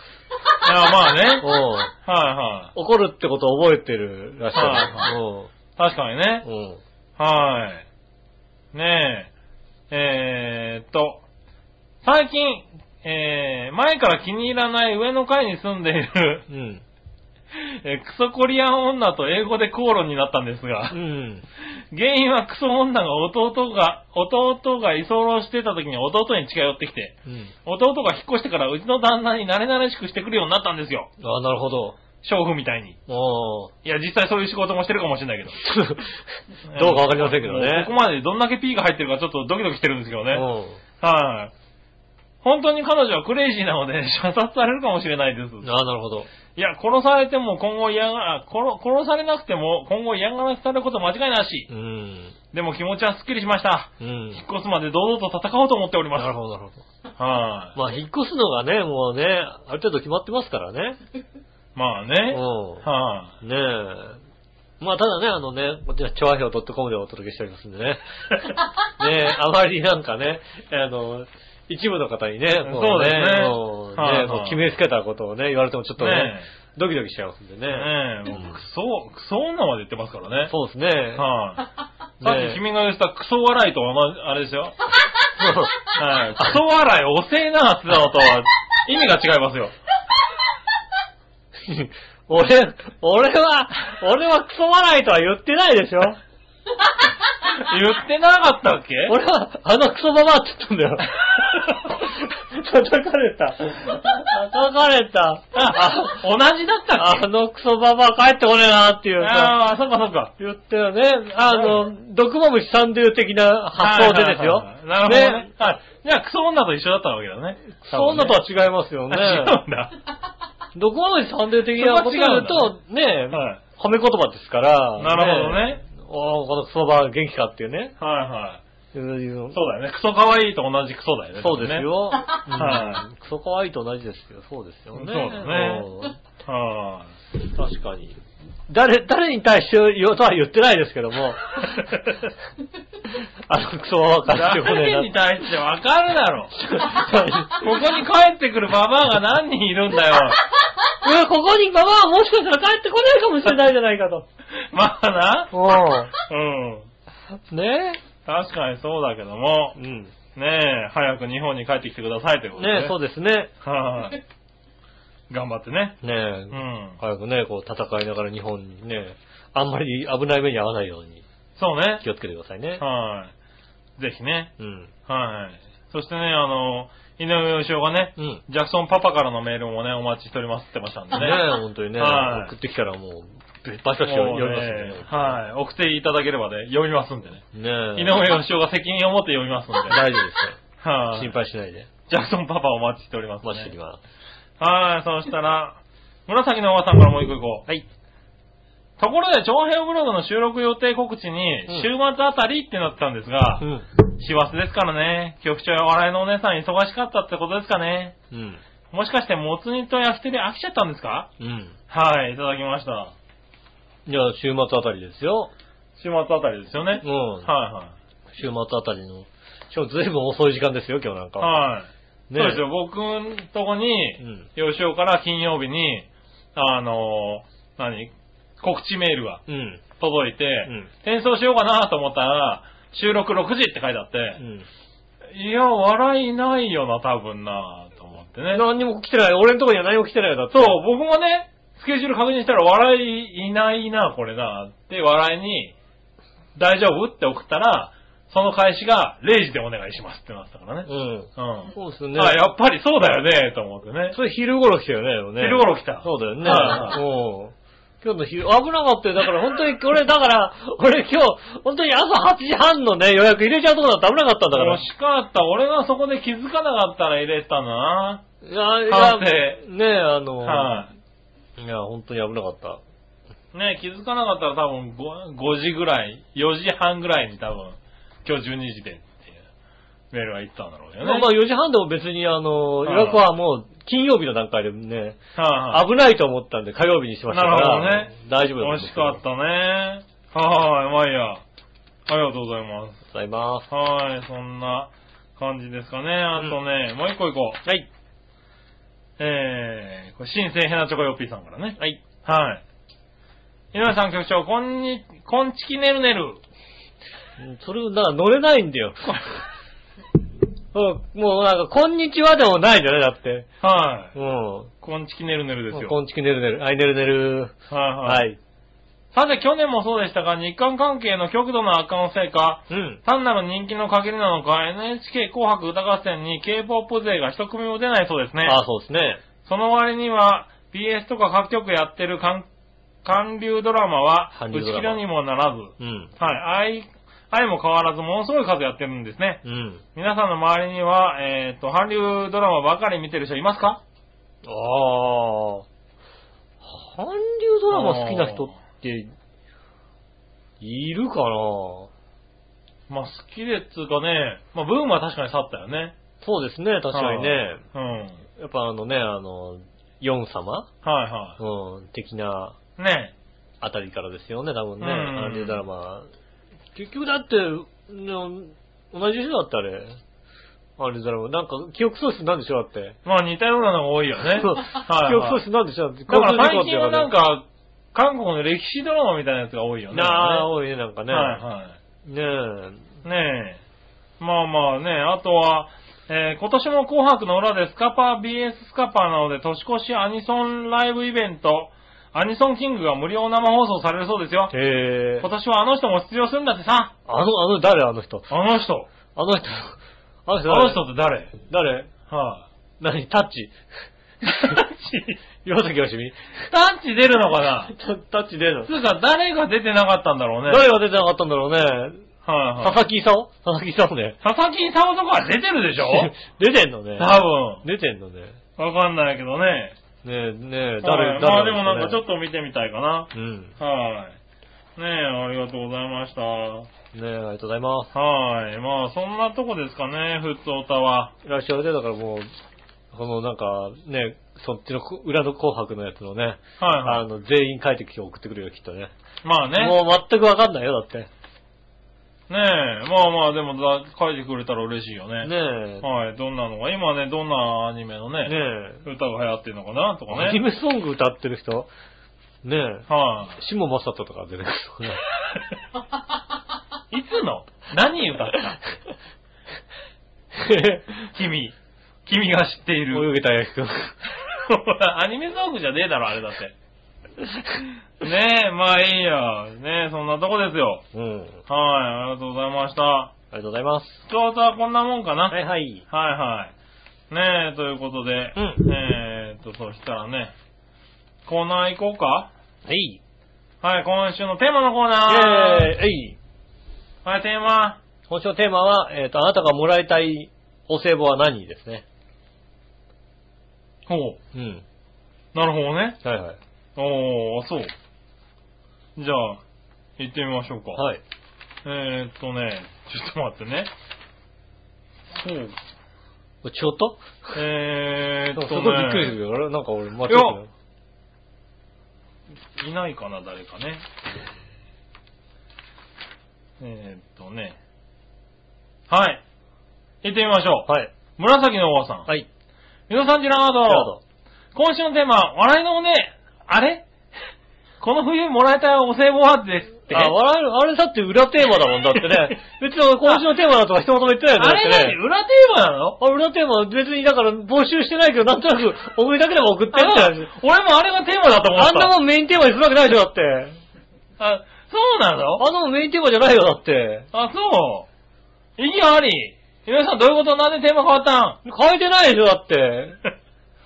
あー、まあね。うはいん。は <laughs> 怒るってことを覚えてるらしいはいよ。い。確かにねう。ん。うん。はい。ねえ。えーっと、最近、えー、前から気に入らない上の階に住んでいる、 <laughs> うん。えークソコリアン女と英語で口論になったんですがう、ん。原因はクソ女が弟が、弟が居候してた時に弟に近寄ってきて、うん。弟が引っ越してからうちの旦那に慣れ慣れしくしてくるようになったんですよ。ああ、なるほど。娼婦みたいに。おーいや、実際そういう仕事もしてるかもしれないけど。 <laughs> どうかわかりませんけどね。ここまでどんだけ P が入ってるかちょっとドキドキしてるんですけどね。うはい。本当に彼女はクレイジーなので、 <laughs> 射殺されるかもしれないです。ん。ああ、なるほど。いや、殺されても今後嫌が、あ殺殺されなくても今後嫌がらせされること間違いなしう。ん。でも気持ちはスッキリしました。うん。引っ越すまで堂々と戦おうと思っております。なるほど、なるほど。はい、まあ、引っ越すのがね、もうね、ある程度決まってますからね。まあうね。ん。はねえ。まあ、ただね、あのね、こちら、調和表 .com でお届けしておりますん <laughs> でね。ねえ、あまりなんかね、あの、一部の方にね、もそうですねもうねはいはいもう決めつけたことをね、言われてもちょっとね、ねドキドキしちゃいますんでね。い。ねえ、もううんクソ、クソ女まで言ってますからね。そうですね。はい、ねさっき君が言ってたクソ笑いと同じ、あれで <laughs> すよ。そうはい。クソ笑い遅えなって言ったのとは、意味が違いますよ。 <laughs> 俺、俺は、俺はクソ笑いとは言ってないでしょ言ってなかったっけ <laughs> 俺は、あのクソババアって言ったん <laughs> だよ。叩かれた。叩かれた。あ同じだったっけあのクソババア帰ってこねえなっていうさ、ああ、そっかそっか。言ったよね。あの、毒マムシ三流的な発想でですよはい。はいはいはいなるほどね。はい。じゃあ、クソ女と一緒だったわけだね。そんなとは違いますよ多ね分ね。あ違うんだ。毒マムシ三流的なことを言うと、ね、はい褒め言葉ですから。なるほどね。おーこのクソババア元気かっていうね。はいいはい。うそうだよね。クソ可愛いと同じクソだよね。そうですよ。はうんクソ可愛いと同じですけど、そうですよね。そうだねうん多分ね。は確かに。誰、誰に対して言うとは言ってないですけど <laughs> も。あのクソババい。アからってこねえな誰に対してわかるだ <laughs> ろ。こうこに帰ってくるババアが何人いるんだ <laughs> よ。わここにババアはもしかしたら帰ってこないかもしれないじゃないかと。まあな。ううん。ん。ね確かにそうだけどもえ。う、ん。ねねえ、早く日本に帰ってきてくださいということで。え、そうでですね。す。はい。頑張ってね。ねえ、うん。早くね、こう戦いながら日本にね、あんまり危ない目に遭わないようにそうね。気をつけてくださいね。はい。ぜひね。うん。はい。そしてね、あの、井上義雄がね、うん。ジャクソンパパからのメールもね、お待ちしておりますって言ってましたんねでえね。、本当にね、はい送ってきたらもう、バシバシもう読みますねね。はい。送っていただければね、読みますんでね。ねえ。井上義雄が責任を持って読みますんで。大丈夫ですは <laughs> ね。い。心。配しないで。ジャクソンパパお待ちしておりますね。待ちしておきます。はい、そしたら、紫のおばさんからもう一個行こう。はい。ところで、長編ブログの収録予定告知にうん、週末あたりってなってたんですがう、ん。師走ですからね、局長やお笑いのお姉さん忙しかったってことですかね。うん。もしかして、もつ煮と焼き鳥飽きちゃったんですかうん。はい、いただきました。じゃあ、週末あたりですよ。週末あたりですよね。うんは週末あたりの。しかもずいぶん遅い時間ですよ、今日なんいか。はい。はい。ねそうですよ、僕んとこうに、ん吉尾から金曜日に、あのー何告知メールがうん。届いて、ん転送しようかなと思ったら、収録6時って書いてあって、うん。いや、笑いないよな、多分な、と思ってね。何にも来てない。俺のとこには何も来てないよ、だって。そう、僕もね、スケジュール確認したら、笑いいないな、これな、って笑いに、大丈夫って送ったら、その返しが0時でお願いしますってなったからね。うん。うん。そうですね。あ、やっぱりそうだよね、と思ってね。それ昼頃来たよね、でもね。昼頃来たそうだよね。はいうん。今日の昼、危なかったよ。だから本当に、俺、だから、 <laughs> 俺今日、本当に朝8時半のね、予約入れちゃうとこだった危なかったんだから。惜しかった。俺がそこで気づかなかったら入れてたんだな。いや、い反や、省ねえ、あの、はいや、本当に危なかった。い。ね気づかなかったら多分 5, 5時ぐらい、4時半ぐらいに多分、今日12時でっていうメールは言ったんだろうよね。まあ、まあ4時半でも別に、あの、は予い約はもう、金曜日の段階でね、はいはい危ないと思ったんで火曜日にしましたかなるらほ、大丈夫だ惜しかったね。はーい、まあいいや。ありがとうございまございます。す。はーい、そんな感じですかね。あとね、もう一個行こう。はい。えー、これ、新生ヘナチョコヨッピーさんからね。はい。はい。井上さん局長、こんに、こんちきねる <laughs> ねる。うんそれ、だから乗れないんだ <laughs> よ。うんもうなんか、こんにちはでもないじゃないだって。はうい。ん。こんちきねるねるですよ。こんちきねるねる。あいねるねる。はいはい。はい。さて、去年もそうでしたが、日韓関係の極度の悪化のせいか、うん。単なる人気の限りなのか、NHK 紅白歌合戦に K-POP 勢が一組も出ないそうですね。ああ、そうですね。その割には、BS とか各局やってる韓韓流ドラマは、打韓ち流ドラマ切りにもならうず、ん。はい、愛、愛も変わらず、ものすごい数やってるんですね。うん。皆さんの周りには、えっ、と、韓流ドラマばかり見てる人いますかああ。韓流ドラマ好きな人って、いるかなまあ、好きでっつうかね、まあ、ブームは確かに去ったよね。そうですね、確かにね。はいやっぱあのね、あの、ヨン様うん。はいは。うん、的ないねあたりからですよね、多分ね。うん韓流ドラマ。結局だって、ね同じ人だったあれ。韓流ドラマ。なんか、記憶喪失なんでしょだって。まあ、似たようなのが多いよね。そうはい、記憶喪はい。失なんでしょだって。だから最近はなん交か、韓国の歴史ドラマみたいなやつが多い通よ事故っていうかね、ね。なあ、多いね、なんかね。はいはい。ねえ。ねえ。まあまあね、あとは、えー今年も紅白の裏でスカパー BS スカパーなので年越しアニソンライブイベント、アニソンキングが無料生放送されるそうですよ。へえ今。年はあの人も出場するんだってさ。あの、あの、誰あの人。あの人。あの人。あのあ人誰の人って誰誰は何タッチ。い、タッチ、 <laughs> 岩崎よしみタッチ出るのかなタタッチ出るのつうか誰が出てなかったんだろうね。誰が出てなかったんだろうね。はい佐はい。々木勲佐々木勲ね。佐々木勲とかは出てるでし <laughs> ょ出てんのね。多出てんのね。分。わかんないけどね。ねえ、ねえ、は誰、誰いまあでもなんかすちょっと見てみたいかな。ねうん。はい。ねえ、ありがとうございました。ねえ、ありがとうございます。はい。まあ、そんなとこですかね、ふつおたは。来週あれで、だからもう、このなんか、ね、そっちのこ裏の紅白のやつのね、はいはあの、全員帰ってきて送ってくるよ、きっとね。い。まあね。もう全くわかんないよ、だって。ねえ、まあまあ、でもだ、書いてくれたら嬉しいよね。ねはい、どんなのが、今ね、どんなアニメのえ、ね、ね歌が流行ってるのかな、え、とかアニね。メソング歌ってる人、ねえ、は下正人とか出てくる人ね。 <laughs> い。いつの何 <laughs> 歌った君。君が知ってい泳る。げた <laughs> やきくん。 <laughs> アニメソングじゃねえだろ、あれだって。ねえ、まあいいや。ねえ、そんなとこですよ。うん。はい、ありがとうございました。ありがとうございます。スカウトはこんなもんかな。ははいいはい。はい。ねえ、ということうで、んえーっと、そしたらね、コーナー行こうか。はい。はい、今週のテーマのコーナイー。ェーイえいはい、テーマ。今週のテーマは、えっ、と、あなたがもらいたいお歳暮は何ですね。ほう。うん。なるほどね。はいはい。おー、そう。じゃあ、行ってみましょうか。はい。えーっとね、ちょっと待ってね。そう。うちょっとえそーっことびっくりするね、よ。あれなんか俺間違いっやいないかな、誰かね。えーっとね。はい。行ってみましょう。たはい。紫の王さん。はい。皆さん、ジェラード。ジェラード今週のテーマ、笑いのおね、あれ <laughs> この冬もらえたお歳暮はですって。あ、笑える、あれだって裏テーマだもん、だって <laughs> ね。別に今週のテーマだとか一言も言ってないよあだってれね。何裏テーマなのあ、裏テーマ別にだから募集してないけど、なんとなく送りたければ送ってってあ話。俺もあれがテーマだと思っあた。んなもんメインテーマにするわけないでしょ、だって。あそうなのあんなもんメインテーマじゃないよ、だって。あ、そう。意義あり。皆さんどういうことなんでテーマ変わったん変えてないでしょ、だ <laughs> って。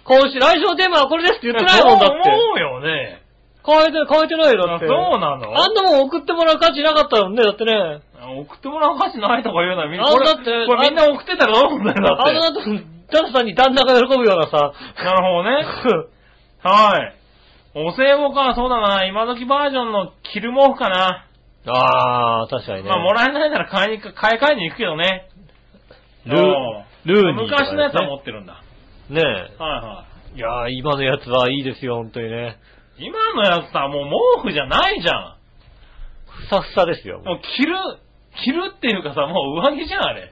今週、来週のテーマはこれですって言ってないもんだってそう。思うよね。変えて、変えてないよ、だあって。そうなのあんなもん送ってもらう価値なかったもんね、だってね。送ってもらう価値ないとか言うな、みんな。あこれだってこれみんな送ってたらどうすんだよ、だあのっ後、ダルさんに旦那が喜ぶようなさ。て。なるほどね。はい。お歳暮か、そうだな。今時バージョンの着る毛布かな。ああ、確かにね。まあ、もらえないなら買いに、買い替えに行くけどね。ルーそうルーニーとかです昔ねのやつは持ってるんだ。ねはいはえ。いやー、今のやつはいいですよ、本当にね。い。今のやつさ、もう毛布じゃないじゃふさふさですよ。ん。もう着る、着るっていうかさ、もう上着じゃん、あれ。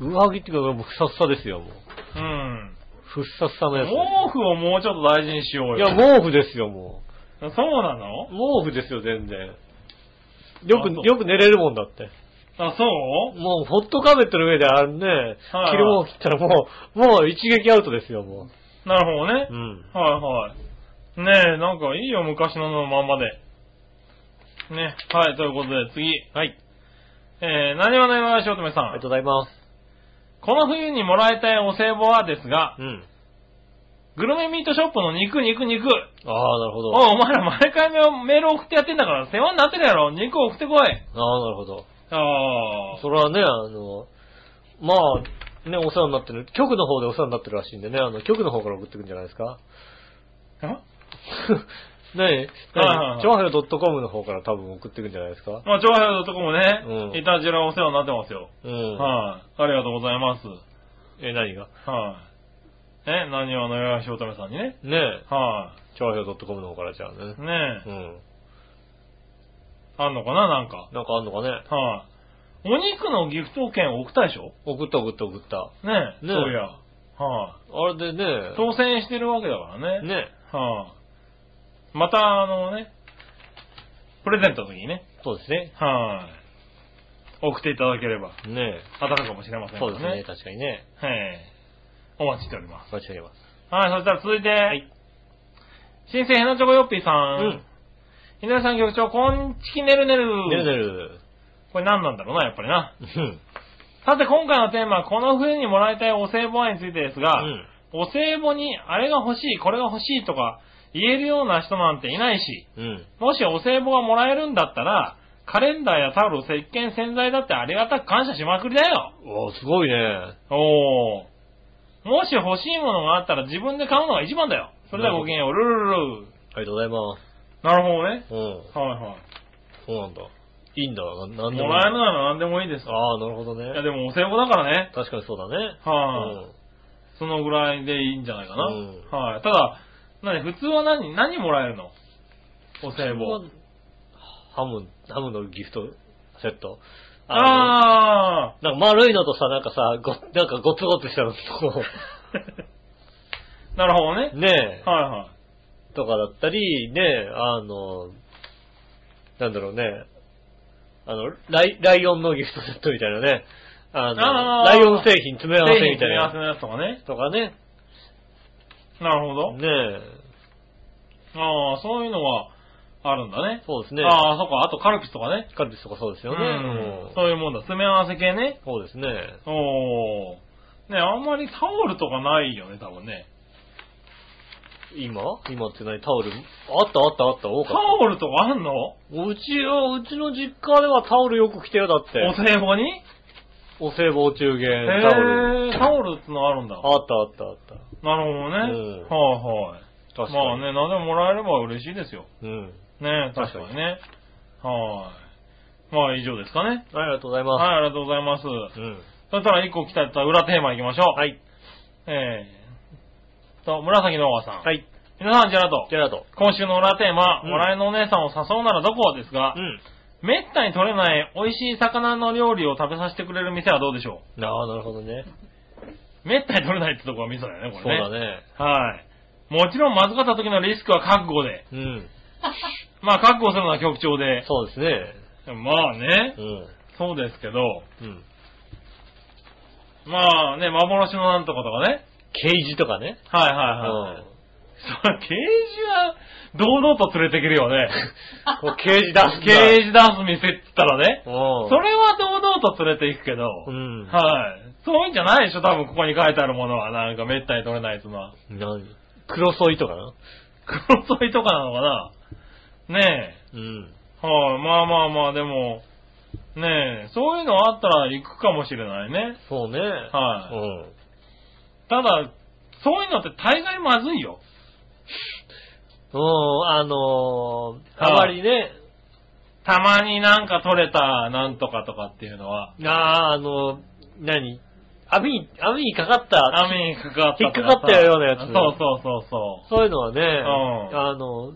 上着っていうか、もうふさふさですよ、もう。うん。ふっさふさのやつ。毛布をもうちょっと大事にしよういよ。や、毛布ですよ、もそうなのう。毛布ですよ、全然。よあそうく、よく寝れるもんだって。あ、そうもう、ホットカーペットの上で、あれね、はい着るもん切ったらもう、もう一撃アウトですよ、もなるほどねう。う。ん。はいはい。ねえ、なんかいいよ、昔ののまんまで。ね、はい、ということで次。はい。えー、何わの岩井しおとめさありがんと。うございます。この冬にもらいたいお歳暮はですがう、ん。グルメミートショップの肉肉肉。ああ、なるほど。おいお前ら毎回メール送ってやってんだから、世話になってるやろ。肉送ってこい。ああ、なるほど。あそれはね、あの、まあ、ね、お世話になってる、局の方でお世話になってるらしいんでね、あの、局の方から送ってくんじゃないですか。 <laughs> ー。んねえ、はいはいはい長平 .com の方から多分送ってくんじゃないですか。まあ、長平のとこもね、うんいたじらお世話になってますよ。うん。はい、あ。りがとうございます。え、何がはい、え、何わの岩井しおとめさんにね。ねえ、は長平 .com の方からじゃあねい、。ねうえ、ん。あんのかな、なんか。なんかあんのかねはい、お肉のギフト券送ったでしょ送った送った送った。ねえ、ねえそういや。はい、あれでね、当選してるわけだからね。ね、はあ、また、あのね、プレゼントの時にね、そうですね。はい、送っていただければね当たるかもしれませんかそうらでね。すね、確かにね。はいお待ちしておりま間違えます。す。はい、そしたら続いて、い新生ヘナチョコヨッピーさ。うんん。井上さん局長、こんちきねるねる。ねるねる。これ何なんだろうな、やっぱりな。うん。さて、今回のテーマは、この冬にもらいたいお歳暮愛についてですが、うんお歳暮にあれが欲しい、これが欲しいとか言えるような人なんていないし、うん。もしお歳暮がもらえるんだったら、カレンダーやタオル、石鹸、洗剤だってありがたく感謝しまくりだよ。おーすごいね。おー。もし欲しいものがあったら自分で買うのが一番だよ。それではごきげんよう、ルルルル。ありがとうございます。なるほどね。うん。はいはそうなんだ。いいんだ。ななんい。でもも。らえるなら何でもいいです。ああ、なるほどいやね。でもお歳暮だからね。確かにそうだね。はい、うんそのぐらいでいいんじゃないかな。うんはい、ただ、何、普通は何、何もらえるのお歳暮。ハム、ハムのギフトセット。あああのなんか丸いのとさ、なんかさ、ご、なんかゴツゴツしたのと、 <laughs> ーなるほどね。ねえ、はいはい。とかだったり、ねえ、あの、なんだろうね、あの、ライ、ライオンのギフトセットみたいなね、あの、あーライオン製品詰め合わせみたい組み合わせな。のやつとかね。とかね、なるほど。ねえ、ああ、そういうのはあるんだね。そうですね。ああ、そっか。あとカルピスとかね。カルピスとかそうですうよね。んう。んそういうもんだ。詰め合わせ系ね。そうですね。おー。ね、あんまりタオルとかないよね、多分ね。今今って何タオルあったあったあった、多かタった。オルとかあんのおうちは、うちの実家ではタオルよく着てよ、だって。歳暮にお歳暮お中元、へタオル。ー、タオルってのあるんだ。あったあったあった。なうるんほどね。はいはい。確かに。まあね、何でももらえれば嬉しいですよ。うん。ね確確かかににね。はい。まあ以上ですかね。ありがとうございます。はい、ありがとうございます。うん。そしたら1個来たやつは裏テーマ行きましょう。はい。えー、と、紫のおさん。はい。皆さん、ジェラートジ。ェラート。今週の裏テーマ、うん笑いのお姉さんを誘うならどこですがう、ん。めったに取れない美味しい魚の料理を食べさせてくれる店はどうでしょああ、なるほどね。うめったに取れないってとこがミソだよね、そうこれだね。ね。はい。もちろんまずかった時のリスクは覚悟で。うん。まあ、覚悟するのは局長で。そうですね。まあねう、ん。そうですけど、うん。まあね、幻のなんとかとかね。ケージとかね。はいうはいはい。ん。それ、ケージは、堂々と連れてける <laughs> よね。こうケージ出すんだケージダンス見せって言ったらね。うん。それは堂々と連れて行くけど、うん。はい。そういうんじゃないでしょ、多分ここに書いてあるものは。なんかめったに取れないやつは。何黒ソイとかな黒添いとかなのかなねうん。え。はい、まあまあまあ、でも、ねえ、そういうのあったら行くかもしれないね。そうね。はいうん。ただ、そういうのって大概まずいよ。うん、あのー、あまりね、たまになんか取れたなんとかとかっていうのは、あーあの、何網に、網にかかった、雨にかかったとさ引っかかったようなやつそうそうそうそそういうのはね、んあの、う。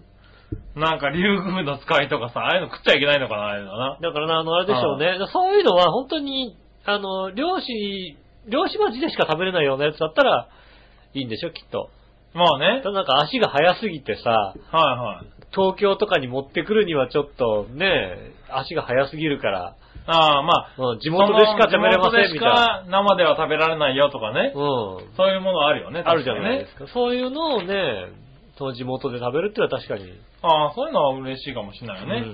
なんか竜宮の使いとかさ、ああいうの食っちゃいけないのかな、ああいうのはな。だからな、あの、あれでしょうね。そういうのは本当に、あの、漁師、漁師町でしか食べれないようなやつだったら、いいんでしょ、きっと。まあたね。だなんか足が速すぎてさ、はいはい。東京とかに持ってくるにはちょっとね、足が速すぎるから、ああ、まあ、うん地元でしか食べれませんみたいな。その地元でしか生では食べられないよとかね。うん。そういうものあるよね。あるじゃないで確かにすか。ね。そういうのをね、その地元で食べるっていうのは確かに、ああ、そういうのは嬉しいかもしれないよね。はい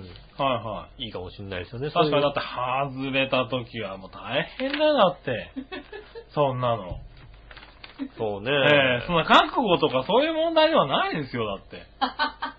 はいいかもしれないですよね。い。確かにそだういっうて外れた時はもう大変だよだ <laughs> って。そんなの。そうね。ええそんな覚悟とかそういう問題ではないですよ、だって。 <laughs>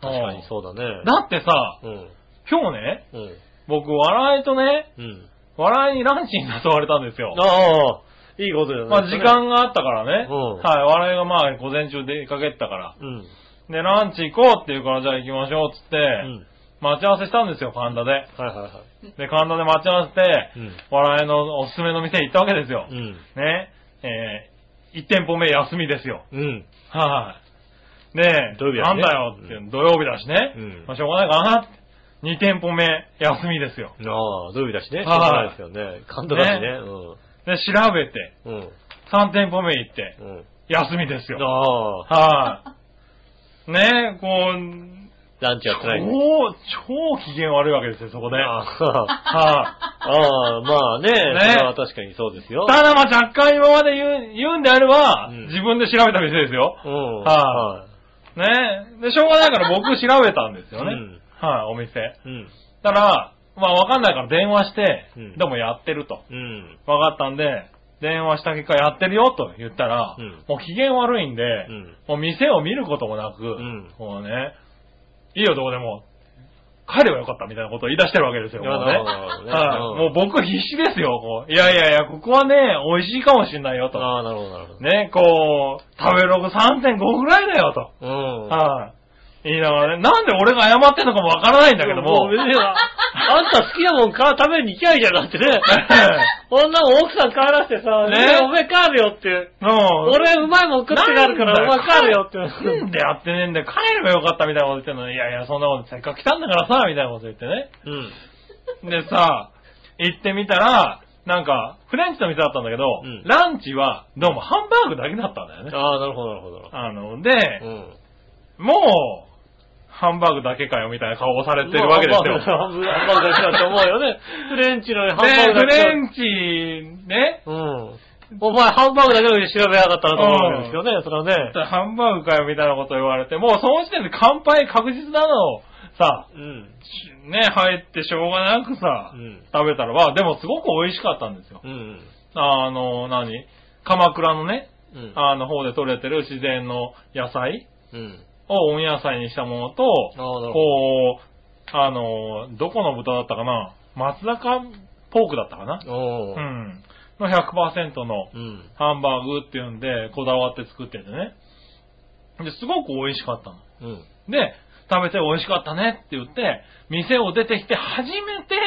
確かにそうだね。だってさ、うん。今日ね、うん。僕笑いとね、うん。笑いにランチに誘われたんですよ。ああ、いいことだね。まあ時間があったからね。うんはい、笑いがまあ午前中出かけてたから。うん。で、ランチ行こうって言うから、じゃあ行きましょうっつって、うん。待ち合わせしたんですよ、神田で。はいはいはで、神田で待ち合わせて、い。うん。笑いのおすすめの店行ったわけですよ。うん。ね。えー、1店舗目休みですよ。うん。はい、で、土曜日だしなんねだよって、土曜日だしね。うんまあ、しょうがないかなって。2店舗目休みですよ。ああ、土曜日だしね。はいそうなんですよね。簡単だしね。で、調べて、うん。うん。 3店舗目行って、うん。休みですよ。ああ、はい、ね、こう、ランチやってないね。超、超機嫌悪いわけですよ、そこで。はい、ああ、ああまあね。それは確かにそうですよ。ただまあ若干今まで言う言うんであれば、うん自分で調べた店ですよ。うん。はねで、しょうがないから僕調べたんですよね。うんはい、おい。店。うん。だから、まあわかんないから電話して、うんでもやってると。うん。わかったんで、電話した結果やってるよと言ったら、うんもう機嫌悪いんで、うん。もう店を見ることもなく、んもうね、いいよどこでも、帰ればよかったみたいなことを言い出してるわけですよ、いもやうね。なるほどねはうんい。もう僕必死ですよ、こう。いやいやいや、ここはね、美味しいかもしんないよと。ああ、なるほど、なるほど。ね、こう、食べログ3.5ぐらいだよと。うん。はい。言いながらね、なんで俺が謝ってんのかもわからないんだけども。別にああんた好きなもんか食べに行きゃいいじゃんだってね。女も奥さん帰らせてさ、ねねおめえ帰るよって。もう、俺うまいもん食ってなるから、お前帰るよって。なんでやってねえんだよ、帰ればよかったみたいなこと言ってんのに、いやいや、そんなことせっかく来たんだからさ、みたいなこと言ってね。うん。でさ、行ってみたら、なんか、フレンチの店だったんだけど、うんランチは、どうもハンバーグだけだったんだよね。ああ、なるほど、なるほど。あの、で、うん。もう、ハンバーグだけかよみたいな顔をされてるわけですよ。 <laughs> ハンバーグだけだと思うよね。フレンチのハンバーで、グだけだフレンチ、ね、うん。お前ハンバーグだけの調べやがったなと思うわけですよね、それはね。ハンバーグかよみたいなこと言われて、もうその時点で乾杯確実なのをさ、うん。しね、入ってしょうがなくさ、うん食べたらは、でもすごく美味しかったんですよ。うん。あの、何鎌倉のね、うん。あの方で採れてる自然の野菜うん。を温野菜にしたものと、ああ、なるほど。こう、あの、どこの豚だったかな松坂ポークだったかなおうーん。の100%のうん。ハンバーグっていうんで、こだわって作っててね。で、すごく美味しかったの。うん。で、食べて美味しかったねって言って、店を出てきて初めて、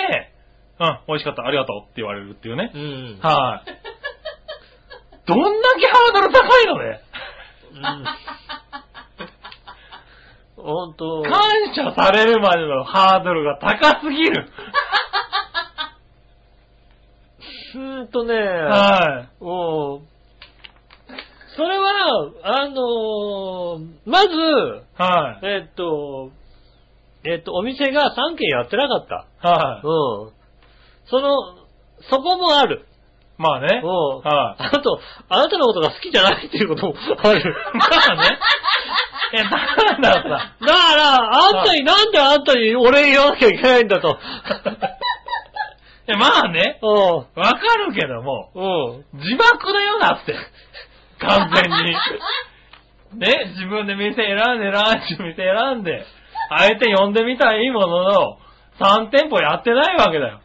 うん、美味しかった、ありがとうって言われるっていうねう。ん。はい。どんだけハードル高いのね。うん。本当感謝されるまでのハードルが高すぎる。うーんとね、はもう、それは、あのーまず、い。はい。えっと、えっと、お店が3軒やってなかった。はい。うん。その、そこもある。まあね。うん。はい。あと、あなたのことが好きじゃないっていうこともある。まあね。え、だからさ、だから、あんたに、なんであんたに俺言わなきゃいけないんだと。え、まあね。うん。わかるけども、うん。自爆だよなって。完全に。 <laughs> ね、自分で店選んで、ランチ店選んで、あえて呼んでみたいものの、3店舗やってないわけだよ。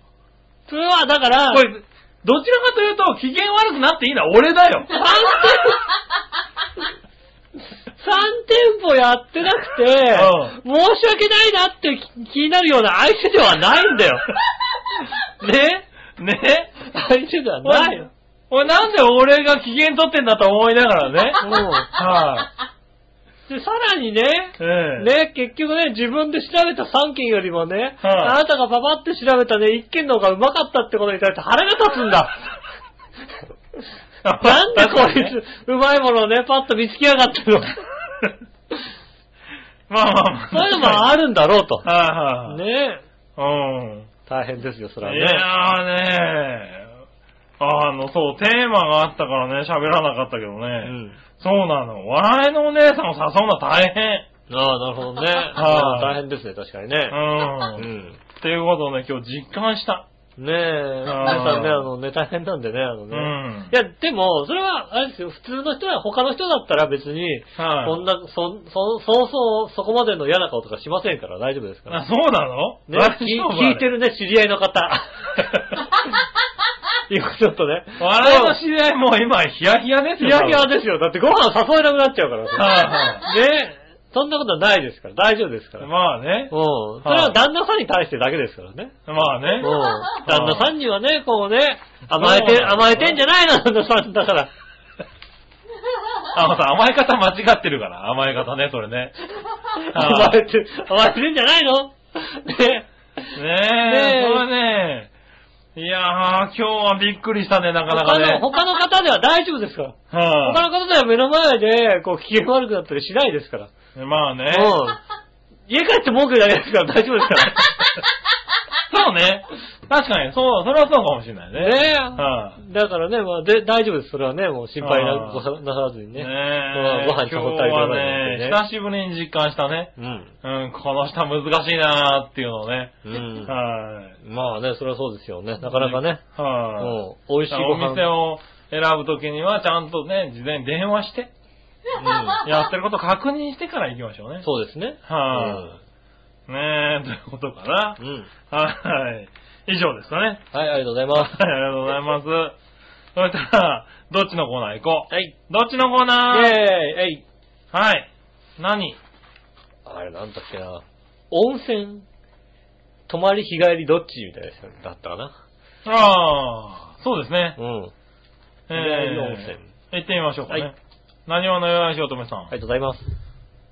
それは、だから、これ、どちらかというと、機嫌悪くなっていいのは俺だよ。 3店舗やってなくて、申し訳ないなって気気になるような相手ではないんだ <laughs> <laughs> よ。ねね相手ではないよ。俺なんで俺が機嫌取ってんだと思いながらね。うんはで、さらにね、い。ええ。ね、結局ね、自分で調べた3件よりもね、はいあなたがパパって調べたね、1件の方がうまかったってことに対して腹が立つんだ。 <laughs> なんでこいつ、うまいものをね、パッと見つけやがったの。 <laughs> まあまあまあ。そういうのもあるんだろうと。はいはいはい。ねうん。大変ですよ、それいやはね。ーねあの、そう、テーマがあったからね、喋らなかったけどね。うん。そうなの。笑いのお姉さんを誘うのは大変。あ <laughs> あ、なるほどね。はい大変ですね、確かにね。ううん。ん。っていうことをね、今日実感した。ねえ、あー皆さんね、あのね、大変なんでね、あのうね。んい。や、でも、それは、あれですよ、普通の人は、他の人だったら別に、はいそんな、そ、そ、そうそう、そこまでの嫌な顔とかしませんから、大丈夫ですから。あ、 <laughs> そうなのね、大聞丈夫聞いてるね、知り合いの <laughs> 方。いうこととね。笑いの知り合いもう今、ヒヤヒヤですヒよ。ヤヒヤですよ。だってご飯誘えなくなっちゃうから。はね、そんなことはないですから、大丈夫ですかいら。はうい。ん。まあね。それは旦那さんに対してだけですからね。まあうねん。。旦那さんにはね、こうね、甘えそうて、なんだ甘えてんじゃないの、旦那さんだから。あのさ、甘え方間違ってるから。甘え方ね、それね。甘えて、甘えてんじゃないのね。ねえ、ねえこれねいやー、今日はびっくりしたね、なかなか他の、ね。他の方では大丈夫ですから。は他の方では目の前で、こう、機嫌悪くなったりしないですから。い。まあね。うん。家帰って文句言うだけですから大丈夫ですから。そうね。確かに、そう、それはそうかもしれないね。ねえはだからね、まあ、で、大丈夫です。それはね、もう心配な、あーごさなさらずにい。ねえね。ご飯今誘日ったりとかはねね、久しぶりに実感したね。うん。うん、この人は難しいなーっていうのをね。うん。は <laughs> い。まあね、それはそうですよね。なかなかね。はい。うん。美味しいご飯。お店を選ぶときには、ちゃんとね、事前に電話して、う <laughs> やってることを確認してから行きましょうねん。。そうですね。はねえ、ということかなう。ん。うん。はい。以上ですかね。はい、ありがとうございまはい、ありがとうございます。それたら、どっちのコーナー行こす。はい。う。どっちのコイーェナーイーえいはい。何あれ、なんだっけな。温泉、泊まり、日帰り、どっちみたいなやつだったかな。ああ、そうですね。うん。え左の温ー泉行ってみましょうかはねい。何話のよいしおとめさんあ。りがとうございます。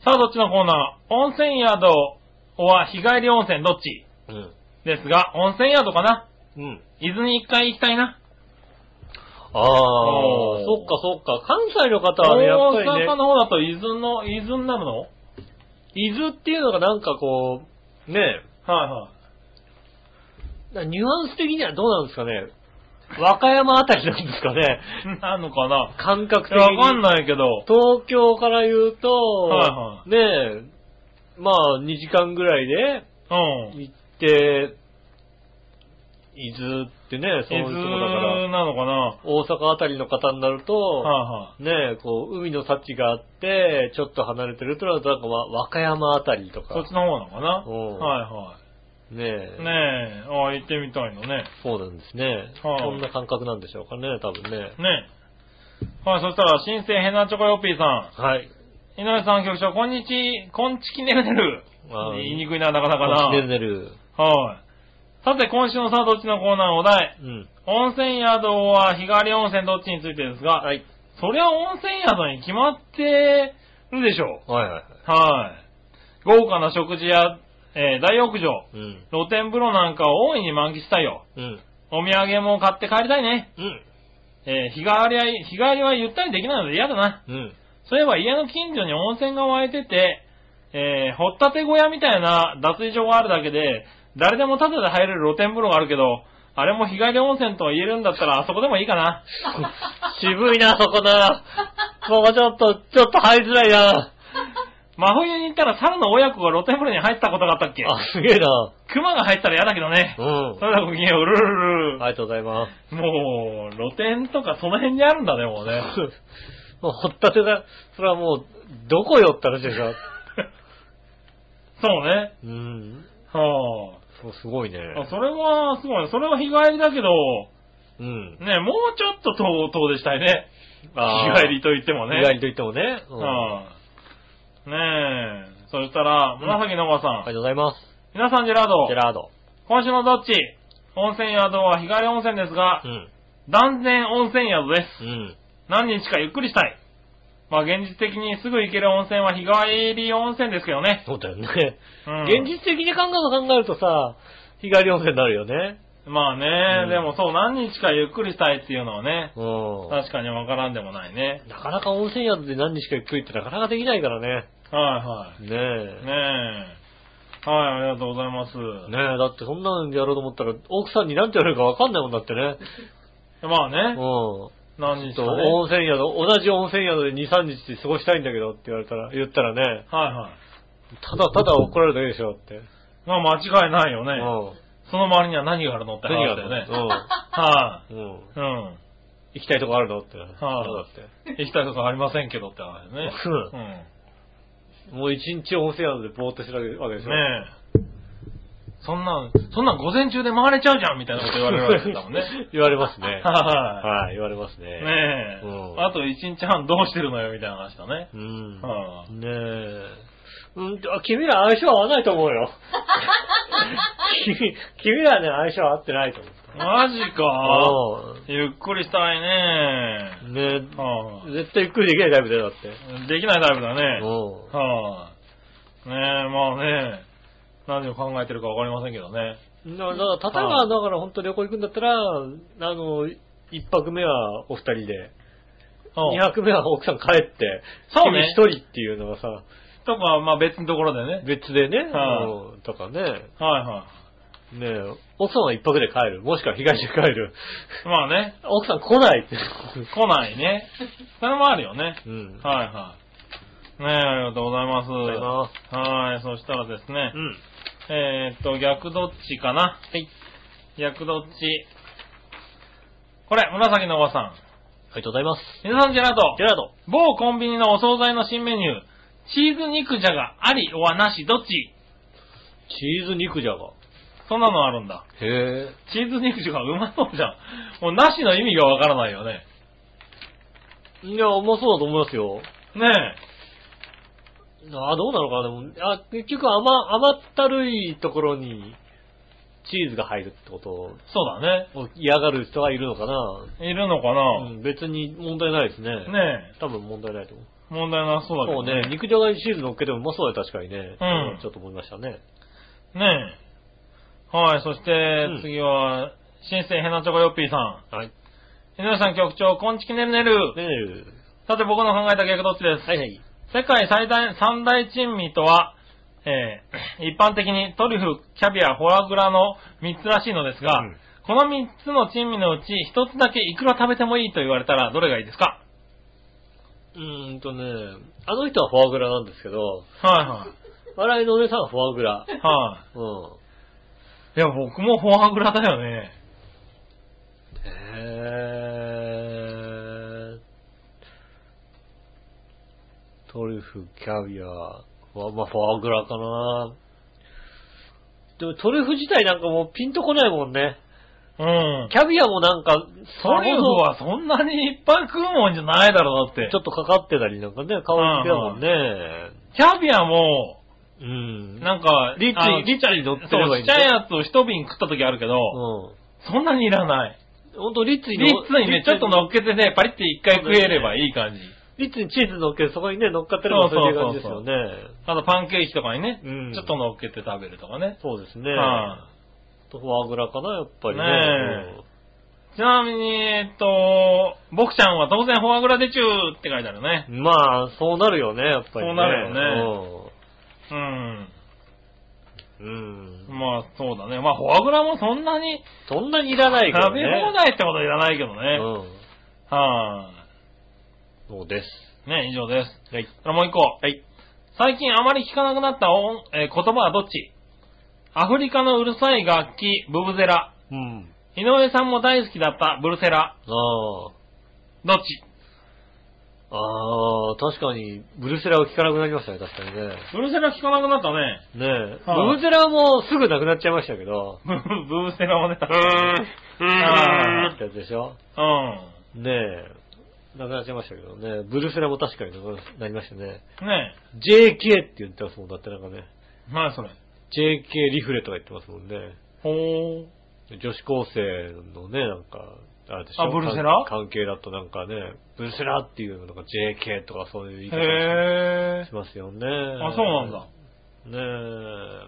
さあ、どっちのコーナー温泉宿は日帰り温泉どっちうん。ですが、温泉宿かなうん。伊豆に一回行きたいな。ああおーー、そっかそっか。関西の方はね、やっぱり大阪ね、の方だと伊豆の、伊豆になるのはい伊豆っていうのがなんかこう、ねえ、はい。なニュアンス的にはどうなんですかね和歌山あたりなんですかね <laughs> なのかな感覚的いやわかんに。ないけど。東京から言うと、はねえ、まあ2時間ぐらいでうん。行って、伊豆ってね、そう伊いうとこ豆だから、なのかな大阪あたりの方になると、はねえ、こう、海の幸があって、ちょっと離れてるとなると、なんかわ和歌山あたりといはい。そかっち、の方なのかなうんはねいえはい。ねえ、ああ、行ってみたいのね。そうなんですね。はいそんな感覚なんでしょうかね、多分ね。ねえ。はい、そしたら、新生ヘナチョコヨッピーさはい。ん。井上さん局長、こんにち、こんちきねるねるあー。言いにくいな、なかなかねるな。ねる。はい。さて、今週のさあどっちのコーナーお題。うん。温泉宿は日帰り温泉どっちについてですが、はい。そりゃ温泉宿に決まってるでしょはいはいはう。はい。豪華な食事や、えー大浴場、い。うん。露天風呂なんかを大いに満喫したいよ。うん。お土産も買って帰りたいね。うん。えー日替わりは、日帰りはゆったりできないので嫌だな。 <laughs> うん。そういえば家の近所に温泉が湧いてて、えー、掘ったて小屋みたいな脱衣所があるだけで、誰でもタダで入れる露天風呂があるけど、あれも日帰り温泉とは言えるんだったら、あそこでもいいかな。渋いな、そこな。ここちょっと、ちょっと入りづらいな。真冬に行ったら猿の親子が露天風呂に入ったことがあったっけあ、すげえな。熊が入ったら嫌だけどねう。んそ。れだごきげんよう、うるるるる。ありがとうございます。もう、露天とかその辺にあるんだね、もう <laughs> ね。もう、ほったてだ。それはもう、どこよったらしいで <laughs> しょ。そうね。うん。はそう、すごいね。あ。あそれは、すごいね。それは日帰りだけど、うん。ね、もうちょっと遠遠出したいね。あー日帰りと言ってもね。意外にと言ってもね。うんあはいねえ。そしたら、紫のおばりさがん。とうございます。皆さん、ジェラードジェ。ラード。今週のどっち温泉宿は日帰り温泉ですがう、ん。断然温泉宿です。うん。何日かゆっくりしたい。まあ現実的にすぐ行ける温泉は日帰り温泉ですけどね。そうだよね。うん、現実的に考える考えるとさ、日帰り温泉になるよね。まあね、うんでもそう、何日かゆっくりしたいっていうのはね、う確かにわからんでもないね。ん。なかなか温泉宿で何日かゆっくりってなかなかできないからね。はねえ。いはい。ねえ。はい、ありがとうございます。ねえ、だってそんなのやろうと思ったら、奥さんになんて言われるかわかんないもんだって <laughs> ね。まあうん。ちね、ょ何っ日とかね。温泉宿、同じ温泉宿で2、3日過ごしたいんだけどって言われたら、言ったらね、はいはい。ただただ怒られるだけでしょって。まあ間違いないようね。ん。その周りには何があるのって話だよね。はうん。うん。い。うん。行きたいとこあるのって。はあだって。行きたいとこありませんけどって話だよね。うん。もう一日温泉宿でぼーっとしてるわけでしょ。ねえ。そんなん、そんなん午前中で回れちゃうじゃんみたいなこと言われるわけだもんね。言われます <laughs> ね。 <laughs> ははい、言われますい。ね。ねえう。んあと1日半どうしてるのよみたいな話だね。うん。はねえ。うん、あ君ら相性合わないと思う <laughs> よ。君、君らね、相性合ってないと思う。マジか。ゆっくりしたいね。うんねはえ、絶対ゆっくりできないタイプだよ、だって。い。できないタイプだね。うはい。ねえ、まあね、何を考えてるかわかりませんけどね。ん。だから、だから例えば、はいだから本当旅行行くんだったら、あの、一泊目はお二人で、うん二泊目は奥さん帰って、そうね君一人っていうのがさ、とか、まあ別のところでね。別でね、はうんとかね、はいはねえ、奥さんは一泊で帰る、もしくは東で帰る、 <laughs> い。まあね、奥さん来ないって。来ないね。それもあるよね。うん。あはいはい。ねえ、ありがとうございます。りがとうございます。はい、そしたらですねう、ん。えーっと、逆どっちかな。はい。逆どっち。これ、紫のおばさん。ありがとうございます。皆さん、ジェラートジェ。ラード。某コンビニのお惣菜の新メニュー、チーズ肉じゃがありはなし、どっちチーズ肉じゃが。そんなのあるんだ。へえ。チーズ肉じゃがうまそうじゃん。もうなしの意味がわからないよね。いや、うまそうだと思いますよ。ねあどうなのかなでも、あ、結局甘、甘ったるいところにチーズが入るってことをえ。そうだね。嫌がる人がいるのかな、いるのかうな、ん、別に問題ないですね。ね多分問題ないと思う。え。問題なさそうだけそどうね、肉じゃがにチーズ乗っけてもうまそうだよ、確かにね。うんちょっと思いましたね。ねえ。はい、そしてうん、次は、新生ヘナチョコヨッピーさん。はい。井上さん局長、こんちきねるねる。ねさて僕の考えた逆どっちです。はいはい。世界最大、三大珍味とは、えー一般的にトリュフ、キャビア、フォアグラの3つらしいのですが、うんこの3つの珍味のうち1つだけいくら食べてもいいと言われたらどれがいいですかうーんとね、あの人はフォアグラなんですけど、は笑いのお姉さんはフォアグラ。いはい。はうん。い。いや、僕もフォアグラだよね。えー、トリュフ、キャビア、フォアまあ、フォアグラかなでもトリュフ自体なんかもうピンとこないもんね。うん。キャビアもなんか、トリュフはそんなにいっぱい食うもんじゃないだろう、だってちょ。っとかかってたりなんかね、顔つきだもんね。キャビアも、うん。なんか、リッチあのリッチに乗ってればいいそうんだちっちゃよいやつを一瓶食った時あるけど、うん。そんなにいらない。ほんと、リッツリにッツにね、ちょっと乗っけてね、パリって一回食えればいい感じ。リッツにチーズ乗っけて、そこにね、乗っかってればそういう感じですよね。あとパンケーキとかにね、うんちょっと乗っけて食べるとかね。そうですね。はいあとフォアグラかな、やっぱりね。ねちなみに、えっと、僕ちゃんは当然フォアグラでちゅーって書いてあるね。うんまあ、そうなるよね、やっぱりね。そうなるようん。うん。うん。まあそうだね。まあフォアグラもそんなにそんなにいらないけど食ね。べ放題ってことはいらないけどね。はい、うん。そうです。ね、以上です。はい。それもう一個。はい。最近あまり聞かなくなった音、えー言葉はどっちアフリカのうるさい楽器、ブブゼラ。うん。井上さんも大好きだったブルセあラ。どっちあ。ああ、確かに、ブルセラを聞かなくなりましたね、確かにね。ブルセラ聞かなくなったね。ねえ。はいブルセラもすぐなくなっちゃいましたけど。ブ <laughs> ブーセラもね、確かにあーっあてやつでしょーねえ。なくなっちゃいましたけどね。ブルセラも確かになくなりましたね。うん。ね JK って言ってますもん、だってなんかね。え。何それ。 JK リフレとか言ってますもんね。ほー。女子高生のね、なんか、あれでしょあブルセラ関関係だとなんかね、ブルセラっていうのとか JK とかそういう言い方へしますよね。ー。あ、そうなんだ。。ねえ。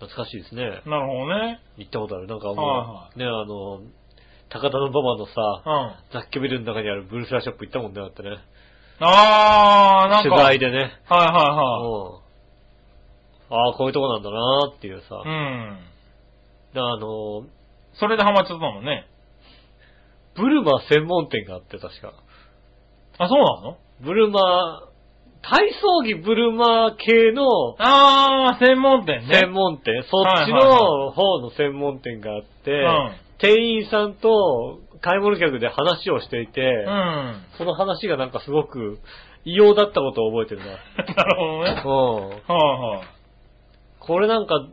懐かしいですね。なるほどね。行ったことある。なんかもはう、ね、あの、高田の馬場のうさ、ん。雑居ビルの中にあるブルセラショップ行ったもんね、だってね。あー、なんか。取材でね。はいはうん。ああ、こういうとこなんだなーっていうさ。いはい。うん。あの、それでハマっちゃったもんね。ブルマ専門店があって、確か。あ、そうなのブルマ、体操着ブルマ系のあー、専門店ね。専門店、そっちはいはいの方の専門店があって、うん店員さんと買い物客で話をしていて、うん。 <laughs> その話がなんかすごく異様だったことを覚えてるな。なるほどね。うん。はいはい。これなんか、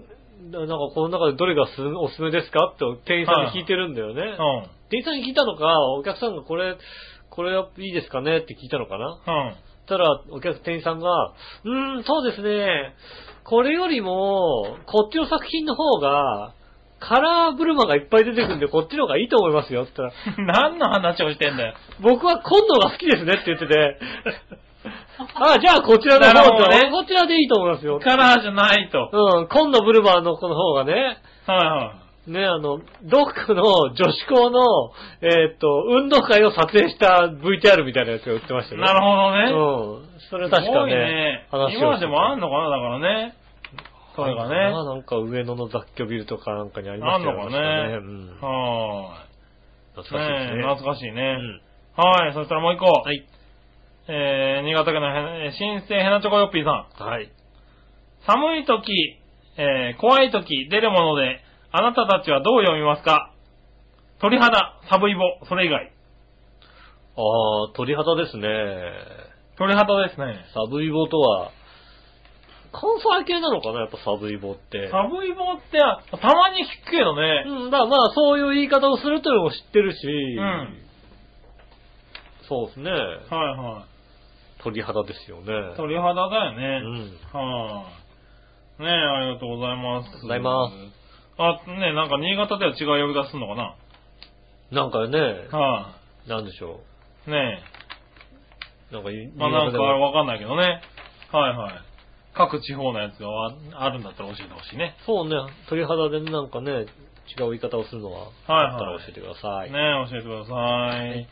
ななんかこの中でどれがすおすすめですかって店員さんに聞いてるんだよね。うん。店員さんに聞いたのか、お客さんがこれ、これはいいですかねって聞いたのかなうん。 <laughs> そしたら、お客、店員さんが、うーん、そうですね。これよりも、こっちの作品の方が、カラーブルマがいっぱい出てくるんで、こっちの方がいいと思いますよ。って言ったら、何の話をしてんだよ。僕は今度が好きですねって言ってて、あ、じゃあこちらのなるほ方どで、ねこちらでいいと思いますよ。カラーじゃないと。はいうん、今度ブルマのこの方がね、はね、あの、どっかの女子校の、えーっと、運動会を撮影した VTR みたいなやつが売ってましたい。ね。なるほどね。ほどね。うん。それ確すごかいね、ね。話を今でもあんんのかな、だからね。それがね。あなんか上野の雑居ビルとかなんかにありましたよあんのかね確かねはうん。懐かーい。しいですねえね。懐かしいうね。ん。はい、そしたらもう一個。はい。えー、新潟県のへな新生ヘナチョコヨッピーさん。はい。寒い時、えー、怖い時、出るもので、あなたたちはどう読みますか鳥肌、サブイボ、それ以外。ああ、鳥肌ですね。鳥肌ですね。サブイボとは、関西系なのかなやっぱサブイボって。サブイボって、あたまに聞くけどね。うん、だからまあそういう言い方をするというのも知ってるし、んそうですね。はいは鳥肌ですよね。い。鳥肌だようね。ん。はい、ねえ、ありがとうございます。ありがとうございますあ、ねえ、なんか新潟では違う呼び方すんのかななんかね、はなんでしょい、ねう。なんかいえ、まあなんかわかんないけどね。はいはい。各地方のやつがわあるんだったら教えてほしいね。そうね、鳥肌でなんかね、違う言い方をするのは、はいあったら教えてください。ねえ、教えてください。はい、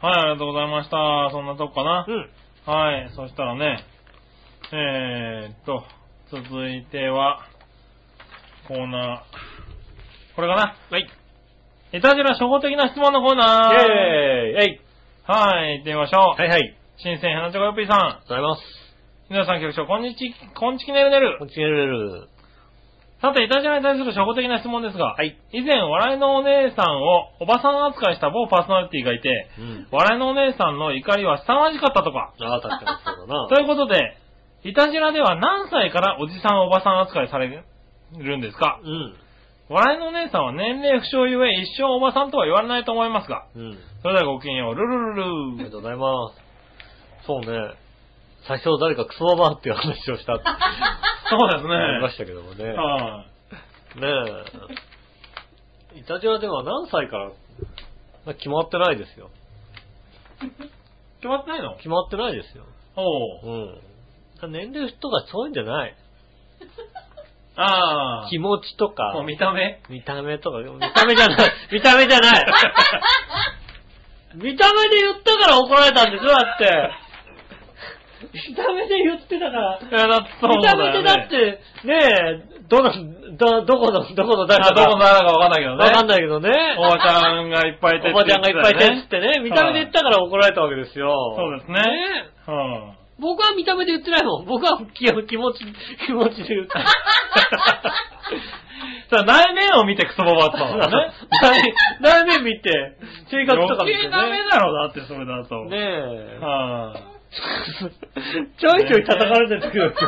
ありがとうございました。そんなとこかな。うん。はい、そしたらね、えーっと、続いては、コーナー、これかな。はい。いたじら初歩的な質問のコーナー。イェーイえいはい、行ってみましょう。はいはい。新鮮花ちょこよっぴーさありがとうございます。ん。皆さん局長、こんにち、こんちきねるねこる。っちにいれる。さて、いたじらに対する初歩的な質問ですが、はい以前、笑いのお姉さんをおばさん扱いした某パーソナリティがいて、 <laughs> うん。笑いのお姉さんの怒りは凄まじかったとか。ああ、確かにそうだ <laughs> な。ということで、いたじらでは何歳からおじさんおばさん扱いされるんですかうん。笑いのお姉さんは年齢不詳ゆえ一生おばさんとは言われないと思いますが、うん。それではごきげんよう、ルルルありがル。とうございます。そうね。最初誰かクソママっていう話をしたってそう <laughs> ですね。ありましたけどもね。ねはい、え。イタジェラでは何歳からまあ決まってないですよ。決まってないの決まってないですよ。おううん。年齢とかそういうんじゃない。ああ。気持ちとかもう、見た目見た目とか、見た目じゃ <laughs> ない。見た目じゃない。見た目で言ったから怒られたんでしょだって。見た目で言ってたから。いや、だってそう。見た目でだってて、ねえ、どの、ど、どこの、どこの誰あ、かどこのわ誰かわかんないけどね。かんないけどね。おばちゃんがいっぱいいておばちゃんがいっぱいいてっつってね、見た目で言ったから怒られたわけですよ。そうですね。は僕は見た目で言ってないもん。僕は気 <laughs> 気持ち、気持ちで言って。あ。さあ、内面を見てクソバ <laughs> バアって言ったもんね。内内面見て、性格とか見余て計ね。ダメだろ、だってそれだと。ねえ。はあ。ちょいちょい叩かれてるんだけど、今日。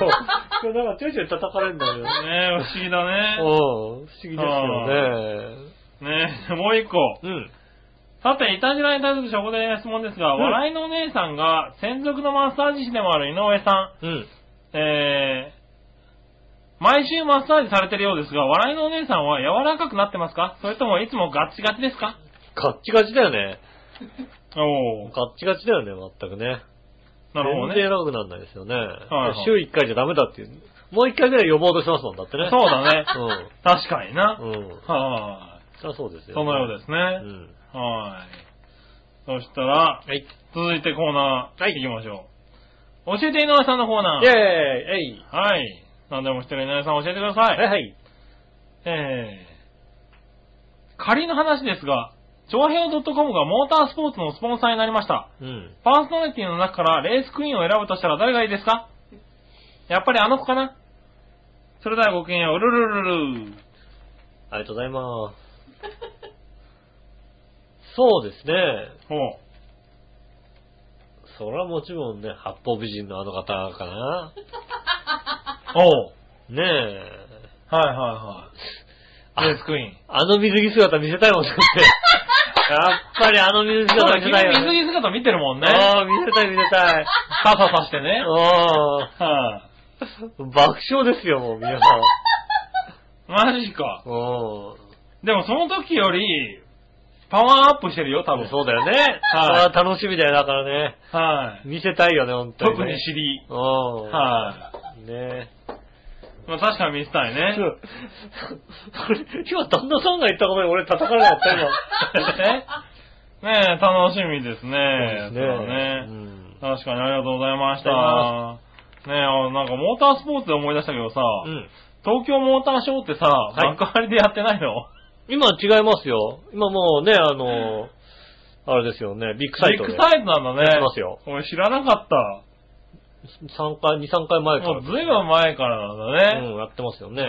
今日なんかちょいちょい叩かれるんだよね。ねえ、不思議だねうん。、不思議ですよね。ねえ、もう一個。うん。さて、いたじらに対するそこで質問ですが、うん笑いのお姉さんが専属のマッサージ師でもある井上さうん。ん、えー、毎週マッサージされてるようですが、笑いのお姉さんは柔らかくなってますかそれともいつもガッチガチですかガッチガチだよね。おガッチガチだよね、全くね。なるほど全然ね。楽にならないですよね。はい週1回じゃダメだっていう。もう1回ぐらい呼ぼうとしますもん、だってね。そうだね。うん。確かにな。 <laughs> うん。はそりゃそうですい。よ。そのようですね。すうん。はい。そしたら、はい。続いてコーナー、はい、行きましょう。教えて井上さんのコーナイェーイー。えいはい。何でも知ってる井上さん教えてください。はいはい。えー、仮の話ですが、長編 .com がモータースポーツのスポンサーになりました。うん。パーソナリティの中からレースクイーンを選ぶとしたら誰がいいですかやっぱりあの子かなそれではごきげんよう、うるるるるる。ありがとうございます。そうですね。ほう。それはもちろんね、八方美人のあの方かな。おう。ねえ。はいはいはい。レースクイーン。あの水着姿見せたいもんね。 <laughs> やっぱりあの水着そう姿見だ、君せたいよ、ね。水着姿見てるもんね。ああ、見せたい見せた <laughs> い。傘さしてね。あはあ、爆笑ですよ、もう皆さん。い。マジか。うん。でもその時より、パワーアップしてるよ、多分。そうだよね。はいああ楽しみだよ、だからね。はい。見せたいよね、本当に、特に尻。うん。。はいね <laughs> まあ確かに見せたいえ。ね。今、旦那さんが言ったことに俺叩かれなかった、 <laughs> 今。ね <laughs> ねえ、楽しみですね。そうですそうだねうん確かにありがとうございました。あねえ、あなんかモータースポーツで思い出したけどさ、うん。東京モーターショーってさ、い幕張でやってないの今違いますよ。今もうね、あの、あれですよね、ビッグサイビトッ <laughs> で。グサイトなんだやね。ってますよ俺知らなかった。 3回、2、3回前かもら。うずいぶん前からなんだね。うん、やってますよね。ね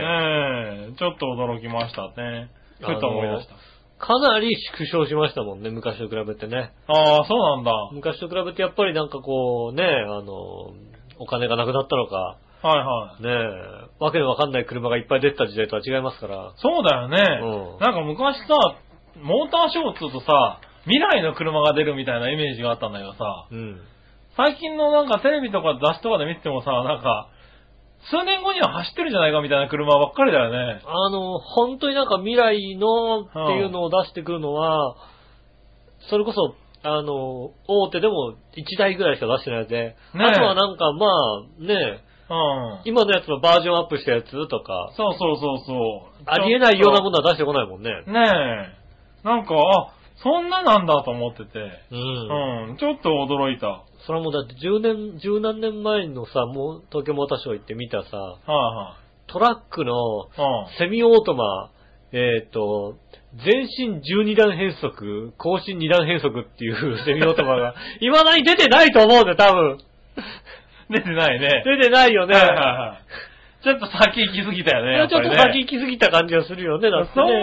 え、ちょっと驚きましたね。ふと思い出した。かなり縮小しましたもんね、昔と比べてね。ああー、そうなんだ。は昔と比べてやっぱりなんかこう、ね、あの、お金がなくなったのか、いはい。ねわけのわかんない車がいっぱい出てた時代とは違いますから。そうだよねう。んなんか昔さ、モーターショーっつうとさ、未来の車が出るみたいなイメージがあったんだけどさ、うん。最近のなんかテレビとか雑誌とかで見てもさ、なんか、数年後には走ってるんじゃないかみたいな車ばっかりだよね。あの、本当になんか未来のっていうのを出してくるのは、それこそ、あの、大手でも1台ぐらいしか出してないで、ねあとはなんかまあ、ねうん。今のやつのバージョンアップしたやつとか、そうそうそうそう。ありえないようなもだ。のは出してこないもんね。ねえ。なんか、あ、そんななんだと思ってて。う。うんん、ちょっと驚いた。はいそれはもうだって10年、十何年前のさ、もう東京モーターショー行って見たさ、はトラックのい。うん。セミオートマ、えっ、と、全身12段変速、後進2段変速っていう <laughs> セミオートマが、いまだに出てないと思うんだよ、多分。出てないね。出てないよね。はいはいはい。ちょっと先行き過ぎたよね。やちょぱっりとね先行き過ぎた感じがするよね、だってそうね。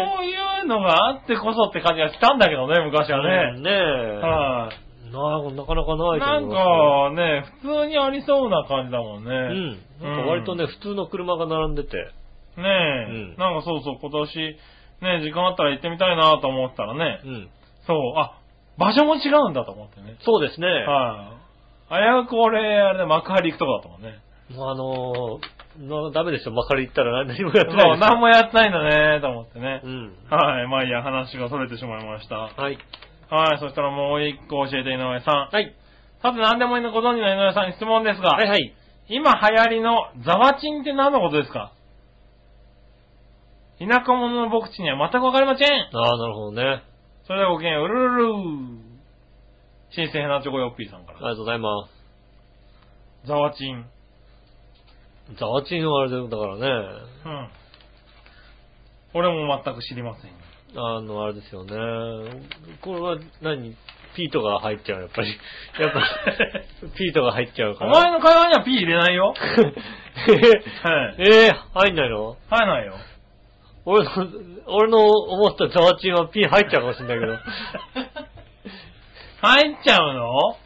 いうのがあってこそって感じがしたんだけどね、昔はうね。んねえ。はい、ななかなかないと思いなんますかね、普通にありそうな感じだもんね。うん。なんか割とね、普通の車が並んでて。うん。ねえ、うんなんかそうそう、今年、ね、時間あったら行ってみたいなと思ったらね、うん。そう、あ、場所も違うんだと思ってね。そうですね。はい、あ。危うく俺、あれね、幕張行くとこだったもんね。もうあのーなダメでしょ、まかり行ったら何もやってそ、ないうでしょ。何もやってないんだね、と思ってねう。ん。はい、まあいいや、話が逸れてしまいました。はい。はい、そしたらもう一個教えて井上さん。はい。さて何でもいいのご存知の井上さんに質問ですが、はいはい。今流行りのザワチンって何のことですか田舎者の僕地には全くわかりません。ああ、なるほどね。あそれではごきげんよう、うるるる新鮮なチョコヨッピーさんかりら。がとうございまザワチン。す。ザワチンはあれだからね、うん。俺も全く知りません。あの、あれですよね。これは何ピートが入っちゃう、やっぱ <laughs> り。やっぱ、 <laughs> ピートが入っちゃうかおら。前の会話には P 入れないよ。はいえ <laughs> えー、入んないの入らないよ。俺の、俺の思ったザワチンはピー入っちゃうかもしれない入っちゃうの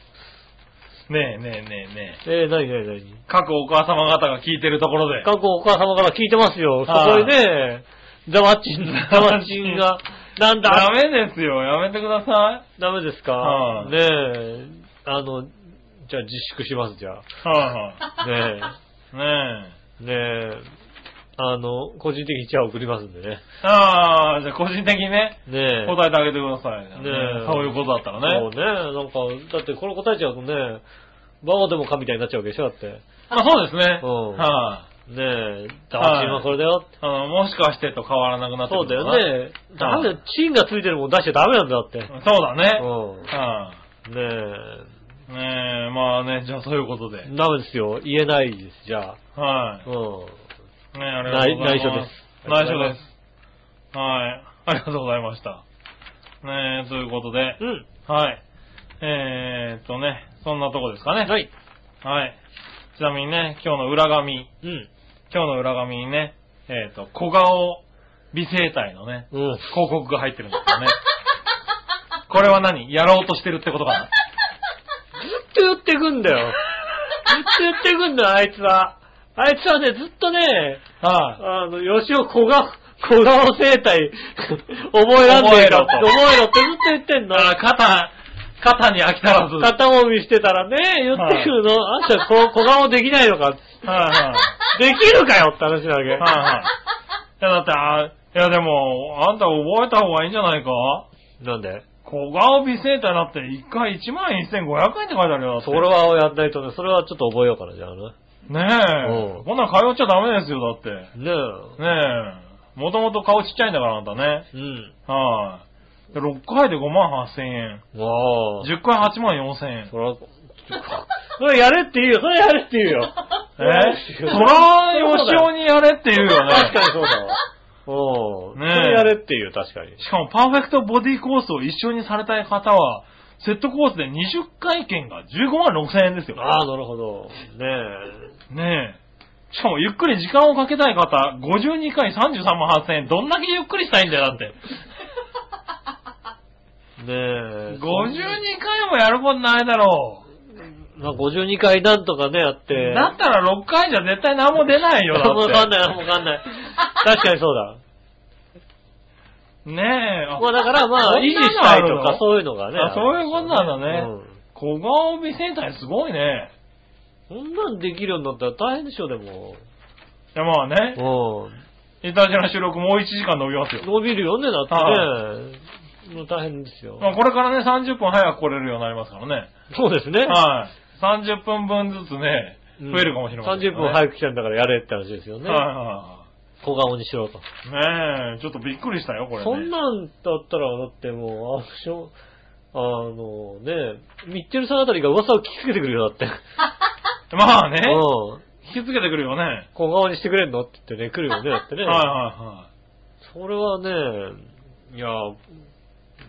ねえねえねえねけど。えー、何何何え。各お母様方が聞いてるところで。韓国お母様から聞いてますよ。そはいこでね、ザワチ <laughs> ン、ザワチンが、なんダだ、メですよ。やめてくださダメですはかいねえ、あの、じゃあ自粛します、じゃい。はあ。ねいはい。ねえ。え、ねえ、あの、個人的にじゃあ送りますんでね。ああ、じゃあ個人的にね、ねえ。答えてあげてください。ねえそういうことだったらね。そうね。なんか、だってこれ答えちゃうとね、バオでもかみたいになっちゃうわけでしょだって。ねまあそうですね。うんはい、え、ザワチンはこれだよ。あの、もしかしてと変わらなくなってそうくだるのよかな。ね。ダメだよ、チンがついてるもん出しちゃダメなんだって。そうだね。うはん。ねえ。い、ねえ、まあね、じゃあそういうことで。はい、ダメですよ。言えないです、じゃあ。うん。ねえ、ありがとうございます。内内内緒緒でですす。はい。ありがとうございました。ねえ、ということでう。ん。はい。えーっとね、そんなとこですかね。はい。はい。ちなみにね、今日の裏紙、うん。今日の裏紙にね、えーっと、小顔美声体のね、うん。広告が入ってるんです <laughs> よね。これは何やろうとしてるってことかなずっと言ってくんだよ。ずっと言ってくんだよ、あいつは。あいつはね、ずっとね、はい、あの、吉尾小顔、小顔生態、覚えらんねえかって、覚覚えろってずっと言ってんの。あー、肩、肩に飽き足らず。肩もみしてたらね、言ってくるの。あんた小小顔できないのか。はいはい。できるかよって話なわけ。はいはい。いや、だって、あいや、でも、あんた覚えた方がいいんじゃないかなんで小顔美生体だって1回1万1500円って書いてあるよ。だっそてれはやんないとね、それはちょっと覚えようかな、じゃあね。うんねえ。こんなん通っちゃダメですよ、だって。ねえ。ねえ。もともと顔ちっちゃいんだから、あんたね。うん。はい、で6回で5万8000円。わあ。 10回8万4000円。そら、それやれって言うよ。それやれって言うよ。 <laughs> えそら、よしおにやれって言うよね。確かにそうだわ。うん。ねえそれやれって言う、確かに。しかも、パーフェクトボディコースを一緒にされたい方は、セットコースで20回券が15万6000円ですよ。ああ、なるほど。ねねえ。しかも、ゆっくり時間をかけたい方、52回33万8000円。どんだけゆっくりしたいんだよ、だって。え。ねえ。 52回もやることないだろまあ、52回なんとかね、やって。う。だったら6回じゃ絶対何も出ないよ、だわかんっない、わかんない。確かにそうだ。て。ねえ。あまあだからまあ、こ維ん持なのしたいあるとのかそういうのがね。あそういうことなんだねうん小顔美生態すごいね。そんなんできるようになったら大変でしょ、でも。いや、まあね。うイタジェラ収録もう1時間伸びますよん。。伸びるよね、だってね。もう大変ですよ。まあ、これからね、30分早く来れるようになりますからね。そうですね。はい。30分分ずつね、うん増えるかもしれません、ね。 30分く早く来たんだからやれって話ですよね。は小顔にしろと。いはいはい。ねえ、ちょっとびっくりしたよ、これ、ね。そんなんだったら、だってもう、アクション、あのね、ミッチェルさんあたりが噂を聞きつけてくるよ、だって。まあね、うん。引きつけてくるよね。はい小顔にしてくれんのって言ってね、来るよね、だってね。はいはそれはね、いや、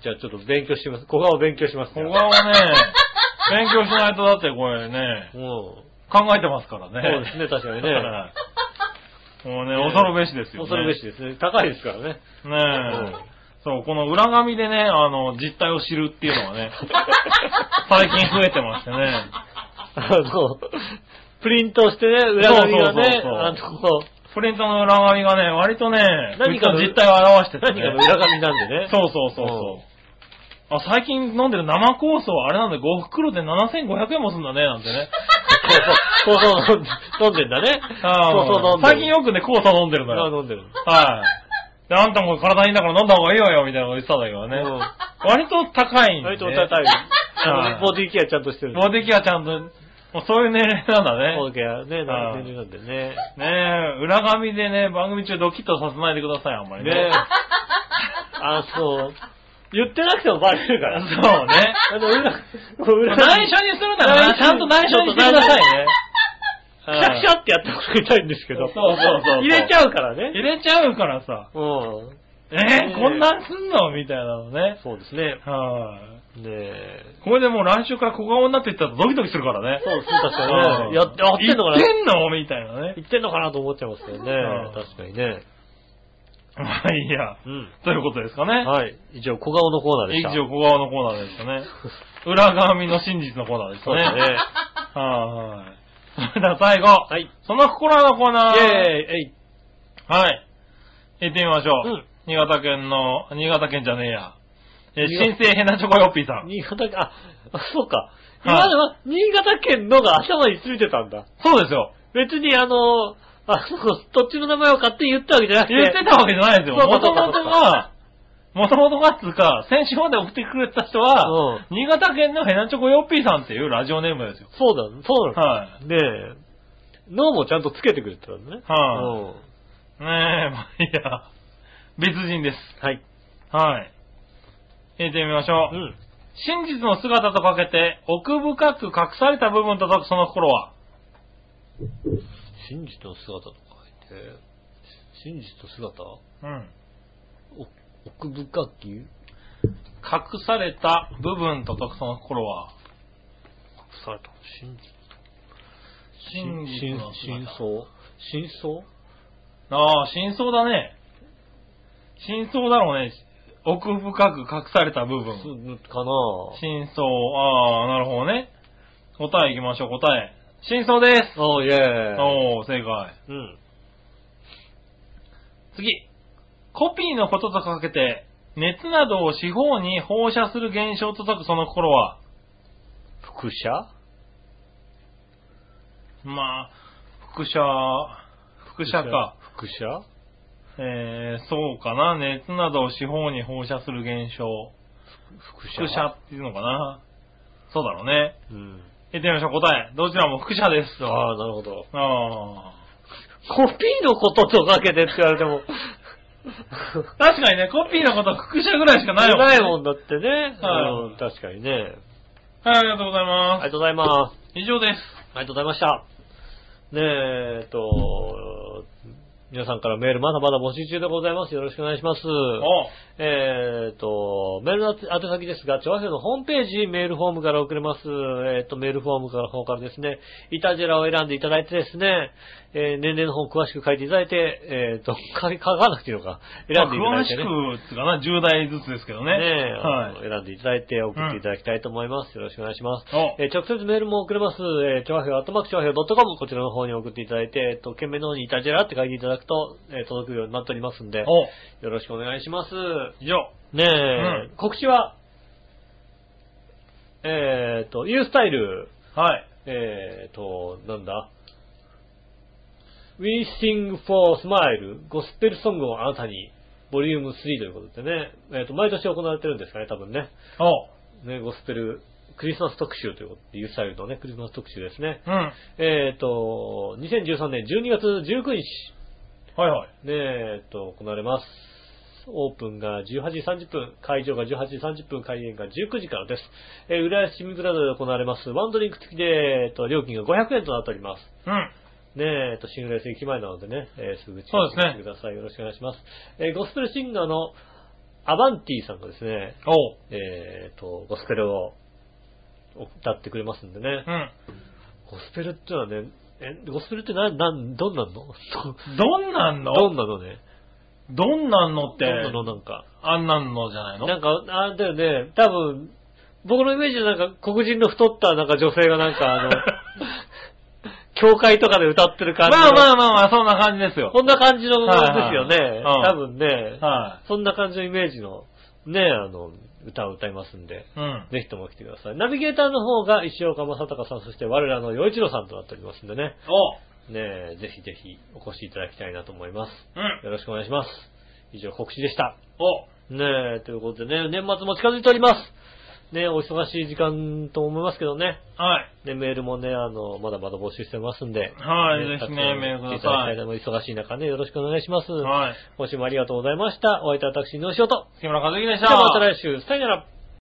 じゃあちょっと勉強してみます。小顔勉強しますい。小ね。顔ね、 <laughs> 勉強しないとだってこれね、うん。考えてますからね。そうですね、確かにね。ね。もうね、恐るべしですよ、ね。恐るべしですね。高いですから <laughs> ね。ねえうん。そう、この裏紙でね、あの、実態を知るっていうの <laughs> はね、最近増えてましてね。あの、プリントしてね、裏紙がね、あそうの、プリントの裏紙がね、割とね、何何かかのの実態を表してて、何ね。かの裏紙なんでね。そうそうそうそう。あ、最近飲んでる生酵素はあれなんだ、5袋で7500円もすんだね、なんて <laughs> ね。そうそう、そうそう飲んでんだね。あーそうそう飲んでる最近よくね、酵素飲んでるんだあよ。飲んでる。はい。で、あんたも体いいんだから飲んだ方がいいわよ、みたいなこと言ってたんだけどね。割と高いんで。割とお高い。あのボディケアちゃんとしてる。ボディケアちゃんと、もうそういう年齢なんだボデね。ィケアね、はい年齢なんでね。ねえ、裏紙でね、番組中ドキッとさせないでください、あんまりね。ねあ、そう。言ってなくてもバレるから。そうね。あの、裏、もう裏内緒にするならね、ちゃんと内緒にしてくださいね。クシャクシャってやってもらいたいんですけど。そうそうそうそう入れちゃうから入ね。れちゃうからさ、うん。えねえー、こんなんすんのみたいなのね。そうですね。はい、ねえ。これでもう来週から小顔になっていったらドキドキするからね。そうですね、確かにうんね。やって、やってんのかな言ってんのみたいな <laughs> ね。言ってんのかなと思っちゃいますようねん。確かにね。まあいいや。うん。ということですかね。はい。以上、小顔のコーナーで以した。上、小顔のコーナー <laughs> でしたね。裏紙の真実のコーナーでしたそうね。です <laughs> ね。はい、はい。それでは最後。はい。その心のコーナー。イェーイえいはい。行ってみましょう。うん新潟県の、新潟県じゃねえや。え、新潟新生ヘナチョコヨッピーさん。新潟県、あ、あそうか。い今までは、新潟県のが頭についてたんだ。そうですよ。別にあの、あそこ、土地の名前を勝手に言ったわけじゃなくて。 <laughs> 言ってたわけじゃないですよ。そうかもそとうかもとが、もともとがっつうか、先週まで送ってくれた人は、うん新潟県のヘナチョコヨッピーさんっていうラジオネームですよ。そうだ、そうだ。はねえ。脳もちゃんとつけてくれてたんだね。はいうんい。ねえ、まあいいや。別人です。はい。はい。入れてみましょう。うん。真実の姿とかけて、奥深く隠された部分と解くその心は、真実の姿とか書いて、真実の姿うん。お奥深き隠隠された部分と解くその心は、された真真実の真真姿相真相ああ、真相だね。真相だろうね。奥深く隠された部そ分。うかな真相。ああ、なるほどね。答え行きましょう、答え。真相です。おー、イェーイ。おー、正解。うん。次。コピーのこととかけて、熱などを四方に放射する現象と解くその心は、副社まあ、副射、副射か。。副社えー、そうかな。熱などを四方に放射する現象。副社副射っていうのかな。そうだろうね。うん。行ってみましょう、答え。どちらも副社です。ああ、なるほど。あコピーのこととかけてって言われても。ー確かにね、コピーのことは副社ぐらいしかないもん、ね。ないもんだってね。はいうん確かにね。はい、ありがとうございありまがとうございます。す。以上です。ありがとうございました。ねえ、えっと、皆さんからメールまだまだ募集中でございます。よろしくお願いします。おえっと、メールの宛先ですが、調和表のホームページ、メールフォームから送れます。えっと、メールフォームから、方からですね、イタジェラを選んでいただいてですね、えー年齢の方を詳しく書いていただいて、えっと、書書かなくていいのか、選んでいただいてね。まあ詳しく、つうかな、10代ずつですけどね。ねえ、はあのい。選んでいただいて送っていただきたいと思います。よろしくお願いします。おえー直接メールも送れます。えー、調和表、アットマーク調和表 .com、こちらの方に送っていただいて、えっと、件名の方にいたじらって書いていただくと、えー届くようになっておりますんで、よおろしくお願いします。以上。ねえ、うん告知は、えー、っと、ユースタイル、はい。えー、と、なんだ ?We Sing for Smile ゴスペルソングをあなたにボリューム3ということでね、えー、と、毎年行われてるんですかね、多分ね。おね、ゴスペル、クリスマス特集ということで、ユースタイルのね、クリスマス特集ですね。うん。はえー、と、2013年12月19日、いはい。ね、えー、と、行われます。オープンが18時30分、会場が18時30分、開演が19時からです。えー、浦安市民プラザで行われます。ワンドリンク付きで、えー、と、料金が500円となっております。うん。ねえ、えっと、シングルレース駅前なのでね、えーすぐ近そうくでにすね来てください。よろしくお願いします。えーゴスペルシンガーのアバンティさんがですね、おう。えっと、ゴスペルを歌ってくれますんでねう。ん。ゴスペルってのはね、え、ゴスペルってな、なん、どんなんのどんなんのどんなのね。どんなんのっどんて、なのなんか。あんなんのじゃないのなんか、あれだよね、多分、僕のイメージでなんか黒人の太ったなんか女性がなんかあ <laughs> の、教会とかで歌ってる感まあじの。まあ、あまあまあ、そん <laughs> な感じですよ。こんな感じのものですよね。はいはいうん多分ね、はそんな感じのイメージの。い。ね、あの、歌を歌いますんで、うん。ぜひとも来てください。ナビゲーターの方が石岡正隆さん、そして我らの洋一郎さんとなっておりますんでね、おね、ぜひぜひお越しいただきたいなと思います。うん。よろしくお願いします。以上、告知でした。おねえ、ということでね、年末も近づいております。ねえ、お忙しい時間と思いますけどね。はい。ね、メールもね、あの、まだまだ募集してますんで。はいぜひね活用メールくださいしてただきたいのも忙しい中ね、よろしくお願いします。はい。今週もありがとうございました。お会いいたい私、のしおと。杉村和樹でしじゃあまたた。来週、さよなら。